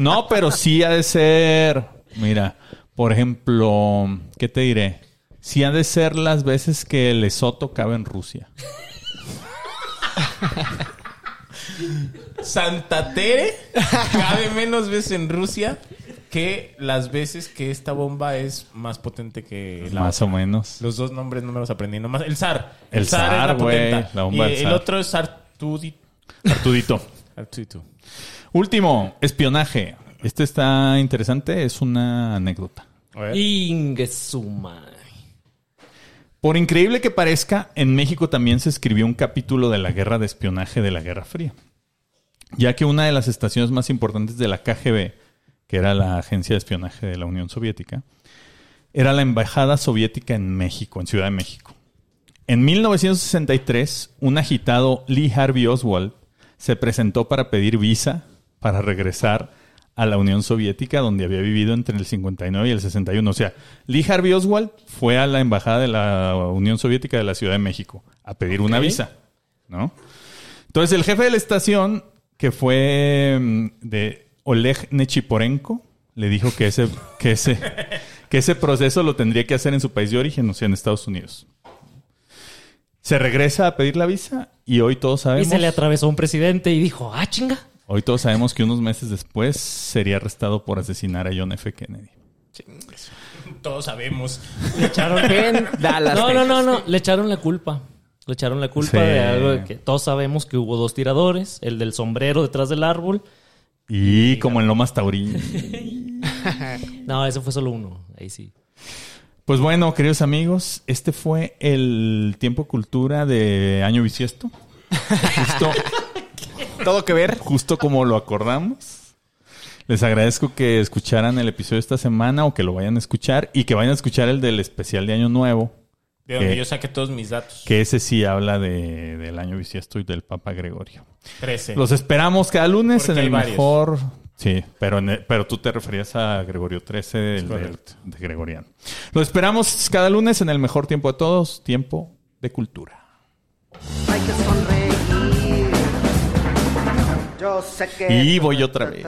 No, pero sí ha de ser. Mira, por ejemplo, ¿qué te diré? Sí ha de ser las veces que el Esoto cabe en Rusia.
Santa Tere cabe menos veces en Rusia que las veces que esta bomba es más potente que la
más o menos.
Los dos nombres no me los aprendí nomás. El zar.
El zar, güey.
potenta.
La bomba
Y
del
el
zar.
otro es Artudi.
Artudito.
Artuditu.
Último, espionaje. Este está interesante, es una anécdota.
A ver.
Ingesuma.
Por increíble que parezca, en México también se escribió un capítulo de la guerra de espionaje de la Guerra Fría, ya que una de las estaciones más importantes de la KGB, que era la agencia de espionaje de la Unión Soviética, era la embajada soviética en México, en Ciudad de México. En 1963, un agitado Lee Harvey Oswald se presentó para pedir visa para regresar a la Unión Soviética, donde había vivido entre el 59 y el 61. O sea, Lee Harvey Oswald fue a la embajada de la Unión Soviética de la Ciudad de México a pedir una visa, ¿no? Entonces, el jefe de la estación, que fue mm, de Oleg Nechiporenko, le dijo que ese, que ese, que ese proceso lo tendría que hacer en su país de origen, o sea, en Estados Unidos. Se regresa a pedir la visa y hoy todos
Y
sabemos.
se le atravesó un presidente y dijo, ah, chinga.
Hoy todos sabemos que unos meses después sería arrestado por asesinar a John F. Kennedy.
Todos sabemos.
Le echaron...
Dallas,
no, no,
Texas.
no, no, le echaron la culpa. Le echaron la culpa
Sí.
de algo de que todos sabemos que hubo dos tiradores, el del sombrero detrás del árbol.
Y como en Lomas Taurí.
No, ese fue solo uno, ahí sí.
Pues bueno, queridos amigos, este fue el tiempo cultura de año bisiesto. Justo,
Todo que ver.
justo como lo acordamos. Les agradezco que escucharan el episodio esta semana o que lo vayan a escuchar y que vayan a escuchar el del especial de Año Nuevo,
De donde
¿Qué?
yo saqué todos mis datos.
que ese sí habla de- del año bisiesto y del Papa Gregorio.
13.
Los esperamos cada lunes
Eh,
en
Porque hay
el
varios.
mejor. Sí, pero, en el- pero tú te referías a Gregorio XIII, el de,
correcto.
de Gregoriano. Los esperamos cada lunes en el mejor tiempo de todos, tiempo de cultura.
Hay que sonreír. Yo sé que.
Eh,
Y voy otra vez.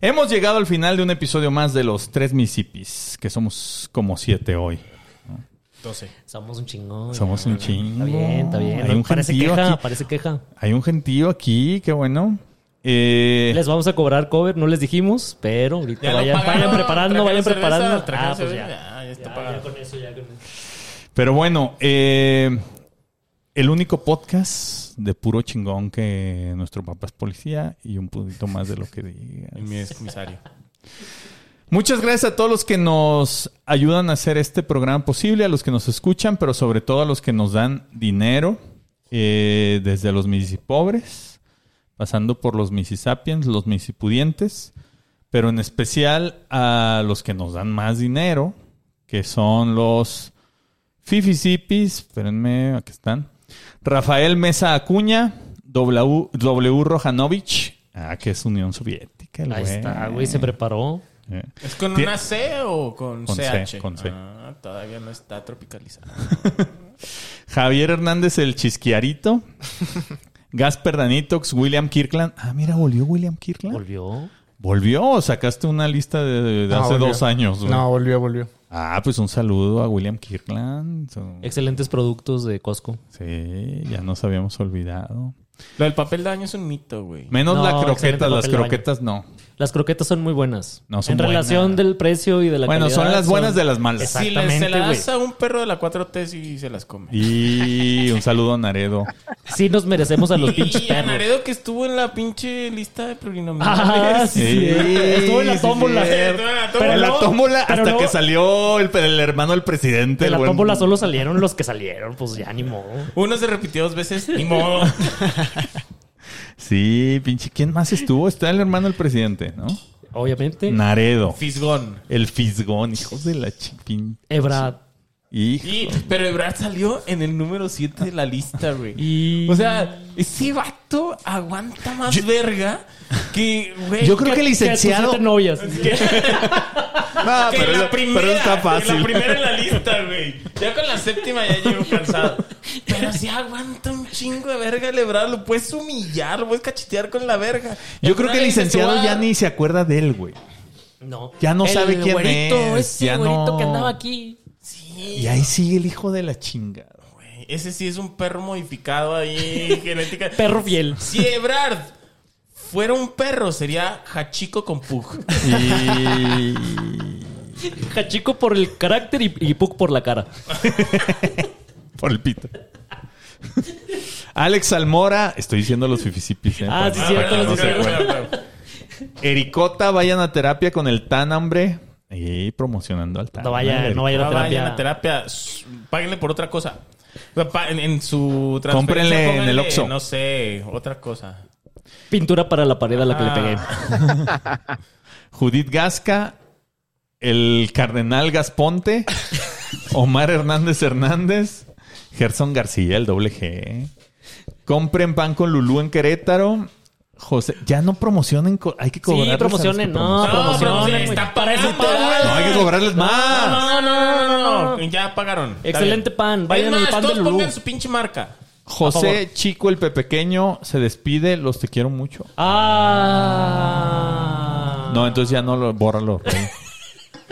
Hemos llegado al final de un episodio más de los tres Misipis, que somos como siete hoy.
12.
Somos un chingón.
Somos un chingo.
Está bien, está bien.
Hay un
parece
gentío
queja,
aquí.
parece queja.
Hay un gentío aquí, qué bueno. Eh,
Les vamos a cobrar cover, no les dijimos, pero ahorita
Ya lo
vayan,
pagaron,
vayan preparando,
trajeron
vayan
cerveza,
preparando.
trajeron
Ah, pues
cerveza.
ya.
Ah, ya está
Ya,
pagado.
ya con eso, ya con eso.
Pero bueno, eh, el único podcast de puro chingón que nuestro papá es policía y un poquito más de lo que diga.
El mío es comisario.
Muchas gracias a todos los que nos ayudan a hacer este programa posible, a los que nos escuchan, pero sobre todo a los que nos dan dinero, eh, desde los misipobres, pasando por los misisapiens, los misipudientes, pero en especial a los que nos dan más dinero, que son los fifisipis, espérenme, aquí están, Rafael Mesa Acuña, W, w Rojanovich, ah, que es Unión Soviética. el
Ahí
güey.
está, güey, se preparó.
Eh.
¿Es con
Tie-
una C o con,
Con C,
CH?
con C.
Ah, todavía no está tropicalizado.
Javier Hernández el Chisquiarito. Gasper Danitox, William Kirkland. Ah, mira, volvió William Kirkland.
Volvió.
volvió, o sacaste una lista de, de- de
No,
hace
volvió.
dos años. güey?
No, volvió, volvió.
Ah, pues un saludo a William Kirkland. So-
Excelentes productos de Costco.
Sí, ya nos habíamos olvidado.
Lo del papel de baño es un mito, güey.
Menos
No,
las
excelente
croquetas, las
papel de baño.
croquetas no.
Las croquetas son muy buenas.
No, son
en relación
buenas.
del precio y de la
Bueno,
calidad.
son las buenas de las malas.
Si le- se
Exactamente,
la
güey.
das a un perro de la 4T sí se las come.
Y un saludo a Naredo.
Sí nos merecemos a los pinches
Y a
perros.
Naredo que estuvo en la pinche lista de plurinominales.
Ah, sí,
Sí,
Estuvo en la
Eh, sí,
tómbola.
sí,
estuvo en la tómbola.
Pero
En la
luego-
tómbola
pero
hasta
luego
que salió el, el hermano del presidente.
De
el
la
buen-
tómbola solo salieron los que salieron, pues ya ni modo.
Uno se repitió dos veces, ni modo.
Sí, pinche. ¿Quién más estuvo? Está el hermano del presidente, ¿no?
Obviamente.
Naredo.
Fisgón.
El fisgón, hijos de la chipín.
Ebrad.
Hijo.
Y, pero Ebrard salió en el número 7 de la lista, güey. O sea, ese vato aguanta más verga que, güey.
Yo creo que
Que
licenciado.
tus siete novias.
No,
que
Ah, pero,
la
eso-
primera,
pero está
que La
fácil.
primera en la lista, güey. Ya con la séptima ya llego cansado. Pero si aguanta un chingo de verga el Ebrard, lo puedes humillar, lo puedes cachetear con la verga.
Yo creo que el licenciado ya ni se acuerda de él, güey.
No.
Ya no
El
sabe quién
güerito,
es,
Ese
ya
güerito
no.
que andaba aquí.
Y
Sí,
ahí sigue el hijo de la chingada.
güey. Ese sí es un perro modificado ahí, genética.
Perro fiel.
Si Ebrard fuera un perro, sería Hachiko con Pug.
Y...
Hachico por el carácter y, y Puck por la cara.
Por el pito. Alex Almora, estoy diciendo los fifisipis. ¿eh?
Ah,
Para-
sí,
para
cierto,
que
los
no se
fifisipis.
acuerden. Ericota, vayan a terapia con el tan, hombre. Y promocionando al Tano.
No vaya,
Ay,
no vaya a la
Ahora
terapia.
Ah, vayan a terapia. s- Páguenle por otra cosa. O sea, pa- En, en su transferencia,
Cómprenle en
pónganle,
el Oxxo.
No sé, otra cosa.
Pintura para la pared a la que
Ah.
le pegué.
Judith Gasca, el Cardenal Gasponte, Omar Hernández Hernández, Gerson García, el doble G. Compren pan con Lulú en Querétaro. José, ya no promocionen, co- hay que cobrarles a los que
promocionen, no,
promocionan.
promocionen, güey. Ah,
está
Para eso
pagando,
te-
güey.
No, hay que cobrarles más.
No, no, no, no, no, no. Ya pagaron. Está
Excelente
bien.
pan. Vayan
Es más,
al pan de
todos
Lulú.
pongan su pinche marca.
José Chico, el pepequeño, se despide, los te quiero mucho.
Ah.
No, entonces ya no lo, bórralo. Rey.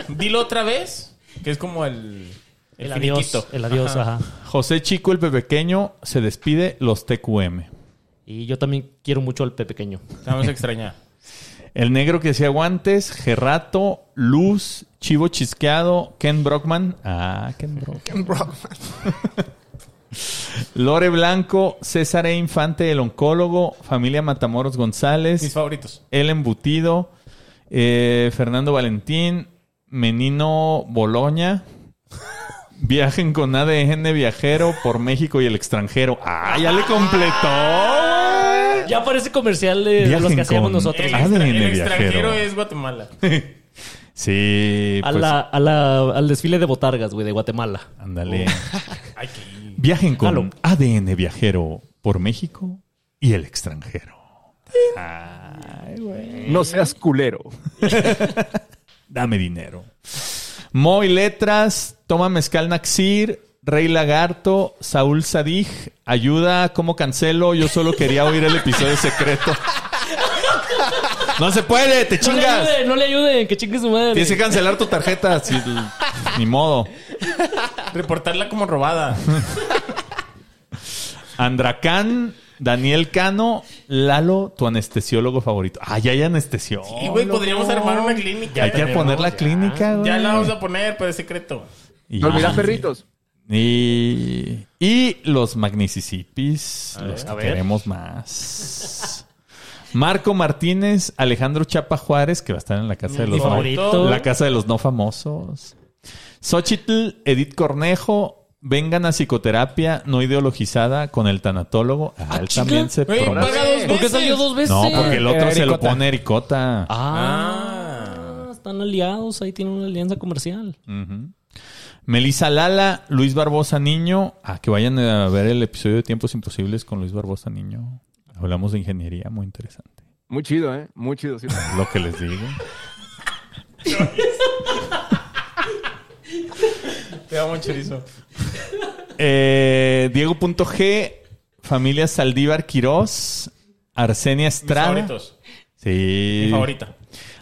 Dilo otra vez, que es como el. El,
El adiós.
finiquito.
El adiós, ajá.
José Chico, el pepequeño, se despide, los TQM.
Y yo también quiero mucho al pequeño.
Te Vamos a extrañar.
El negro que hacía guantes, Gerrato, Luz, Chivo Chisqueado, Ken Brockman. Ah, Ken Brockman. Lore Blanco, César E. Infante, el oncólogo, familia Matamoros
Mis
González,
favoritos.
El Embutido, eh, Fernando Valentín, Menino Boloña. Viajen con ADN viajero por México y el extranjero. ¡Ah, ya le completó! güey!
Ya parece comercial de, de los
Viajen
que hacíamos
con-
nosotros.
El,
Ah,
extra-
de-
el
de
extranjero
viajero.
es Guatemala.
Sí,
A
pues,
la, a la- al desfile de botargas, güey, de Guatemala.
ándale.
Ay, qué.
Viajen con
Jalo.
ADN viajero por México y el extranjero. Ay, güey.
No seas culero.
Dame dinero. Moy Letras, Toma Mezcal Naxir, Rey Lagarto, Saúl Sadij, Ayuda, ¿cómo cancelo? Yo solo quería oír el episodio secreto. No se puede, te
No le
chingas.
ayuden, no le ayuden, que chingue su madre.
Tienes que cancelar tu tarjeta. sí, ni modo.
Reportarla como robada.
Andracán, Daniel Cano, Lalo, tu anestesiólogo favorito. Ah, ya hay anestesió.
Y, güey, podríamos armar una clínica.
hay que
también,
poner
¿no?
la clínica, güey.
Ya la vamos a poner, pero es secreto.
Y-
Dormirán
Ah,
perritos.
Y, y los magnicisipis, los
a
que
ver.
queremos más. Marco Martínez, Alejandro Chapa Juárez, que va a estar en la casa de
Mi
los
favorito.
la casa de los no famosos. Xochitl, Edith Cornejo, vengan a psicoterapia no ideologizada con el tanatólogo. Ah, él también se
Güey,
pro-
paga dos veces.
¿Por qué salió dos veces?
No, porque el otro
Era
se lo
Ericota.
pone Ericota.
Ah, están aliados, ahí tienen una alianza comercial.
Ujú. Melissa Lala, Luis Barbosa Niño. Ah, que vayan a ver el episodio de Tiempos Imposibles con Luis Barbosa Niño. Hablamos de ingeniería, muy interesante.
Muy chido, ¿eh? Muy chido. sí.
Lo que les digo.
Te amo, chorizo.
Eh, Diego.g, familia Saldívar Quirós, Arsenia
Mis
Estrada.
favoritos.
Sí.
Mi favorita.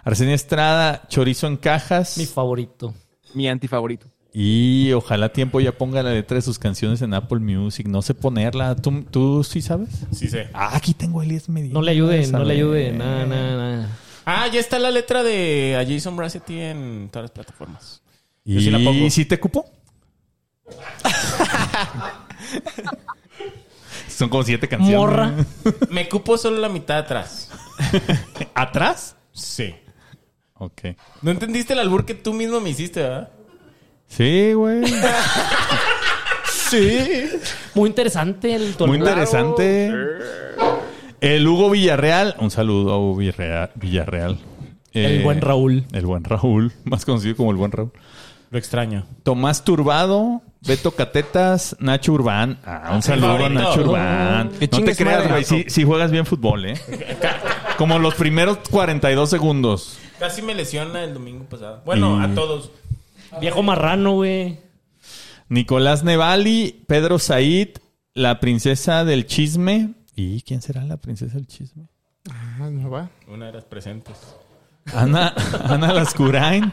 Arsenia Estrada, Chorizo en Cajas.
Mi favorito.
Mi antifavorito.
y ojalá tiempo ya ponga la letra de sus canciones en Apple Music. No sé ponerla. ¿Tú, tú sí sabes?
Sí sé.
Ah, aquí tengo a Elías Medina.
No le ayuden, no le ayuden.
Sabe.
Nada, nada, nada.
Ah, ya está la letra de a Jason Bracetti en todas las plataformas. Yo
¿Y
sí la pongo.
si te cupo? Son como siete canciones.
Morra.
Me cupo solo la mitad atrás.
¿Atrás?
Sí.
Ok.
No entendiste el albur que tú mismo me hiciste, ¿verdad?
Sí, güey. sí.
Muy interesante el tu
Muy
albur.
interesante. El Hugo Villarreal. Un saludo a Hugo Villarrea- Villarreal.
El
Eh,
buen Raúl.
El buen Raúl. Más conocido como el buen Raúl.
Lo extraño.
Tomás Turbado, Beto Catetas, Nacho Urbán. Ah, un saludo a
favorito.
Nacho Urbán.
Que
No te
chingue su
creas,
madre,
güey.
Nacho.
Si, juegas bien fútbol, ¿eh? Como los primeros 42 segundos.
Casi me lesiona el domingo pasado. Bueno,
Y-
a todos.
Viejo marrano, güey.
Nicolás Nevali, Pedro Said, la princesa del chisme. ¿Y quién será la princesa del chisme?
Ah, no va.
Una de las presentes.
Ana, Ana Lascurain,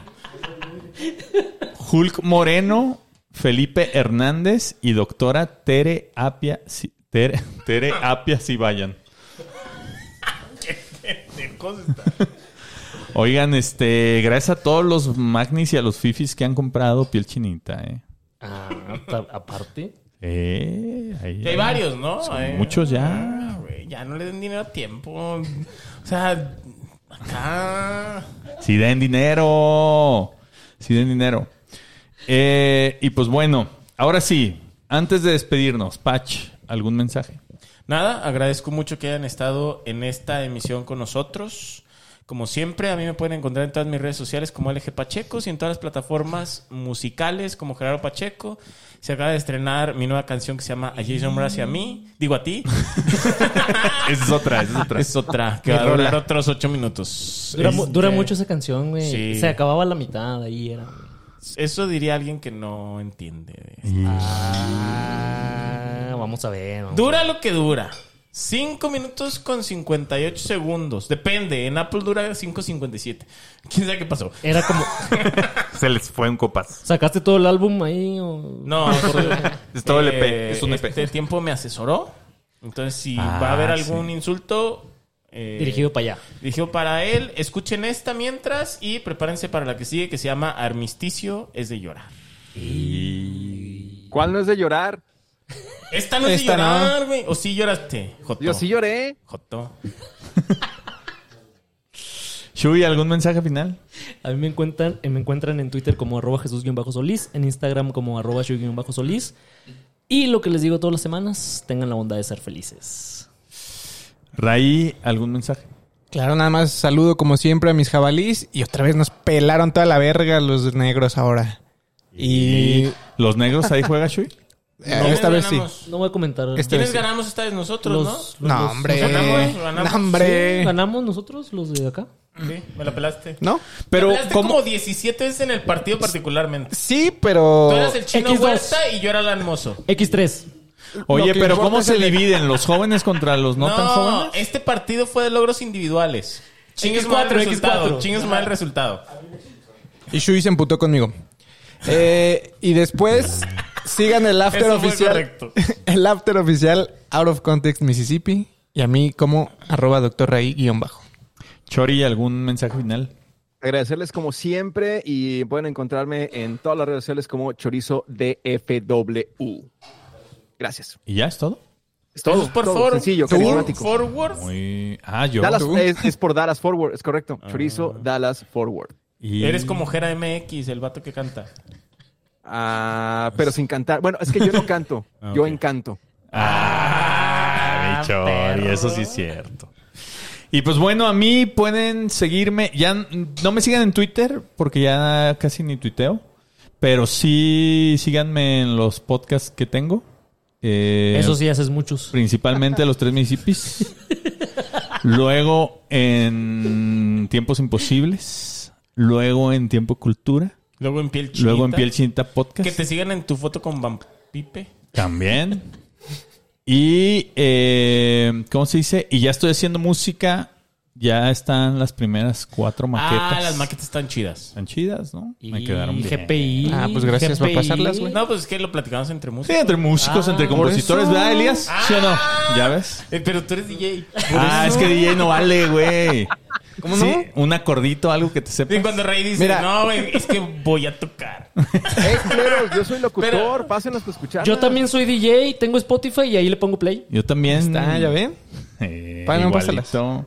Hulk Moreno, Felipe Hernández y doctora Tere Apia. Si- Tere, Tere Apia, si vayan. Oigan, este, gracias a todos los magnis y a los fifis que han comprado piel chinita, eh.
Ah, ta- aparte.
Eh, ahí-
Ya hay varios, ¿no?
Son
Eh,
muchos ya.
ah, güey, ya no le den dinero a tiempo. O sea, acá.
Si den dinero. Si den dinero. Eh, y pues bueno, ahora sí, antes de despedirnos, Patch, ¿algún mensaje?
Nada, agradezco mucho que hayan estado en esta emisión con nosotros. Como siempre, a mí me pueden encontrar en todas mis redes sociales como LG Pachecos y en todas las plataformas musicales como Gerardo Pacheco. Se acaba de estrenar mi nueva canción que se llama A Jason Mraz y a mí. Digo a ti.
Esa es otra, esa es otra.
Es otra que va a durar otros ocho minutos.
Dura, mu-
Este,
dura mucho esa canción, güey.
Sí.
Se acababa a la mitad, ahí era. güey.
Eso diría alguien que no entiende. de-
Ah, vamos a ver. vamos
Dura lo que dura. 5 minutos con 58 segundos. Depende. En Apple dura 5.57. ¿Quién sabe qué pasó?
a ver. Era como.
Se les fue un copas.
¿Sacaste todo el álbum ahí? o-
No,
Es todo LP, es un E Ah, EP.
Este tiempo me asesoró. Entonces, si va a haber algún insulto. eh,
Dirigido para allá.
dirigido para él, escuchen esta mientras y prepárense para la que sigue, que se llama Armisticio es de llorar.
¿Cuál no es de llorar?
Esta no es
Esta
de
no.
llorar, güey. O sí lloraste, Joto.
Yo sí Eh, lloré.
Joto.
Shui, ¿algún mensaje final?
A mí me encuentran, eh, me encuentran en Twitter como arroba Jesús-Solís, en Instagram como arroba Shui-Solís. Y lo que les digo todas las semanas, tengan la bondad de ser felices.
Raí, ¿algún mensaje?
Claro, nada más saludo como siempre a mis jabalís y otra vez nos pelaron toda la verga los negros ahora. Y
¿Los negros ahí juega Shui?
eh,
¿Quiénes
esta vez sí.
ganamos?
No voy a comentar.
Este-
¿Quiénes
sí.
ganamos esta vez nosotros,
Los-
no?
No, hombre.
Nos ganamos, ganamos.
No, hombre.
¿Ganamos nosotros los de acá?
Sí, me la pelaste.
¿No?
Pero,
Hablaste
¿cómo?
como 17 veces en el partido particularmente.
Sí,
Tú
pero...
eras el chino
X2.
Huerta y yo era el hermoso.
X3.
Oye,
Lo que
pero
importa
¿cómo
es
se
el-
dividen los jóvenes contra los no,
No,
tan jóvenes?
este partido fue de logros individuales. Chingues mal el
X4,
resultado.
X4.
Chingues mal el resultado.
Y Shui se emputó conmigo. Eh, y después sigan el after
Eso fue
oficial.
correcto.
El after oficial Out of Context Mississippi. Y a mí como arroba doctor Raí guión bajo.
Chori, ¿algún mensaje final?
Agradecerles como siempre y pueden encontrarme en todas las redes sociales como Chorizo DFW. Gracias.
¿Y ya es todo?
Es todo,
Eso es Pues por
todo
favor.
sencillo,
Por-
carismático.
Forward.
Muy... Ah, yo.
Dallas,
Tú.
es, es por Dallas Forward, es correcto.
Ah.
Chorizo Dallas Forward.
Y-
Eres como Jera MX, el vato que canta.
Ah, pero sin cantar. Bueno, es que yo no canto, yo encanto.
Ah, mi Chori, eso sí es cierto. Y pues bueno, a mí pueden seguirme. Ya n- no me sigan en Twitter porque ya casi ni tuiteo. Pero sí síganme en los podcasts que tengo. Eh,
Eso sí, haces muchos.
Principalmente los tres municipios. Luego en Tiempos Imposibles. Luego en Tiempo Cultura.
Luego en piel chinita.
Luego en Piel Chinita Podcast.
Que te sigan en tu foto con Vampipe.
También. Y, eh, ¿cómo se dice? Y ya estoy haciendo música. Ya están las primeras cuatro maquetas.
Ah, las maquetas están chidas.
Están chidas, ¿no? Me
Y
quedaron bien.
GPI.
Ah, pues gracias por
GPI.
pasarlas, güey.
No, pues es que lo platicamos entre
Sí,
músicos.
entre músicos,
Ah,
entre compositores,
por eso.
¿verdad, Elias? ¿Sí o no? ¿Ya ves?
Eh, pero tú eres DJ.
Ah, es que DJ no vale, güey.
¿Cómo
Sí,
no?
un acordito, algo que te sepa.
Y cuando Rey dice,
Mira.
no, güey, es que voy a tocar.
Eh, claro, yo soy locutor,
Pero-
pásenlos a escuchar.
Yo también soy DJ, tengo Spotify y ahí le pongo play.
Yo también.
Ah, ¿ya ven?
Eh,
Para no
igualito.
pasarlas.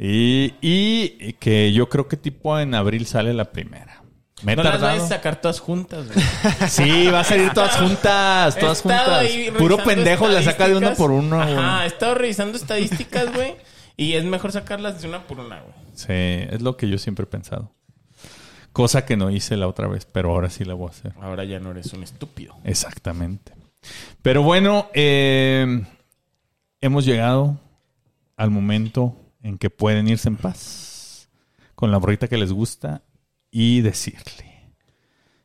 Y, y que yo creo que tipo en abril sale la primera. Me he
No las
tardado.
vayas a sacar todas juntas, güey.
Sí, va a salir todas juntas,
He
todas
estado
juntas.
ahí
Puro
revisando
pendejo la saca de uno
estadísticas.
por uno,
Ajá,
güey.
he estado revisando estadísticas, güey. Y es mejor sacarlas de una por una, güey.
Sí, es lo que yo siempre he pensado. Cosa que no hice la otra vez, pero ahora sí la voy a hacer.
Ahora ya no eres un estúpido.
Exactamente. Pero bueno, eh, hemos llegado al momento en que pueden irse en paz con la borrita que les gusta y decirle.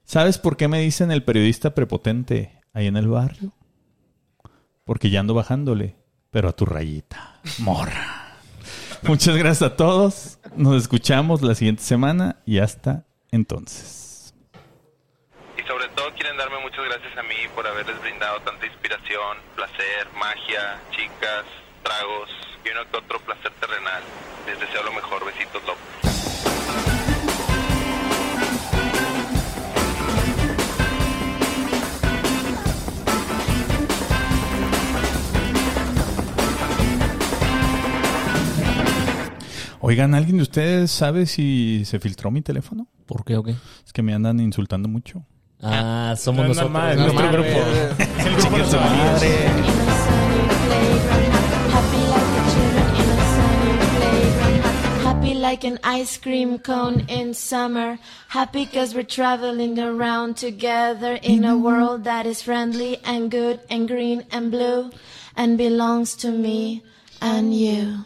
¿Sabes por qué me dicen el periodista prepotente ahí en el barrio? Porque ya ando bajándole, pero a tu rayita, morra. Muchas gracias a todos. Nos escuchamos la siguiente semana y hasta entonces.
Y sobre todo quieren darme muchas gracias a mí por haberles brindado tanta inspiración, placer, magia, chicas, tragos y uno que otro placer terrenal. Les deseo lo mejor. Besitos, López.
Oigan, ¿alguien de ustedes sabe si se filtró mi teléfono?
¿Por qué o qué?
Es que me andan insultando mucho.
Ah, somos
No es
nosotros.
normal,
Nuestro
normal,
grupo.
güey. Es el grupo de los amigos.
Happy like an ice cream cone in summer. Happy cause we're traveling around together in a world that is friendly and good and green and blue and belongs to me and you.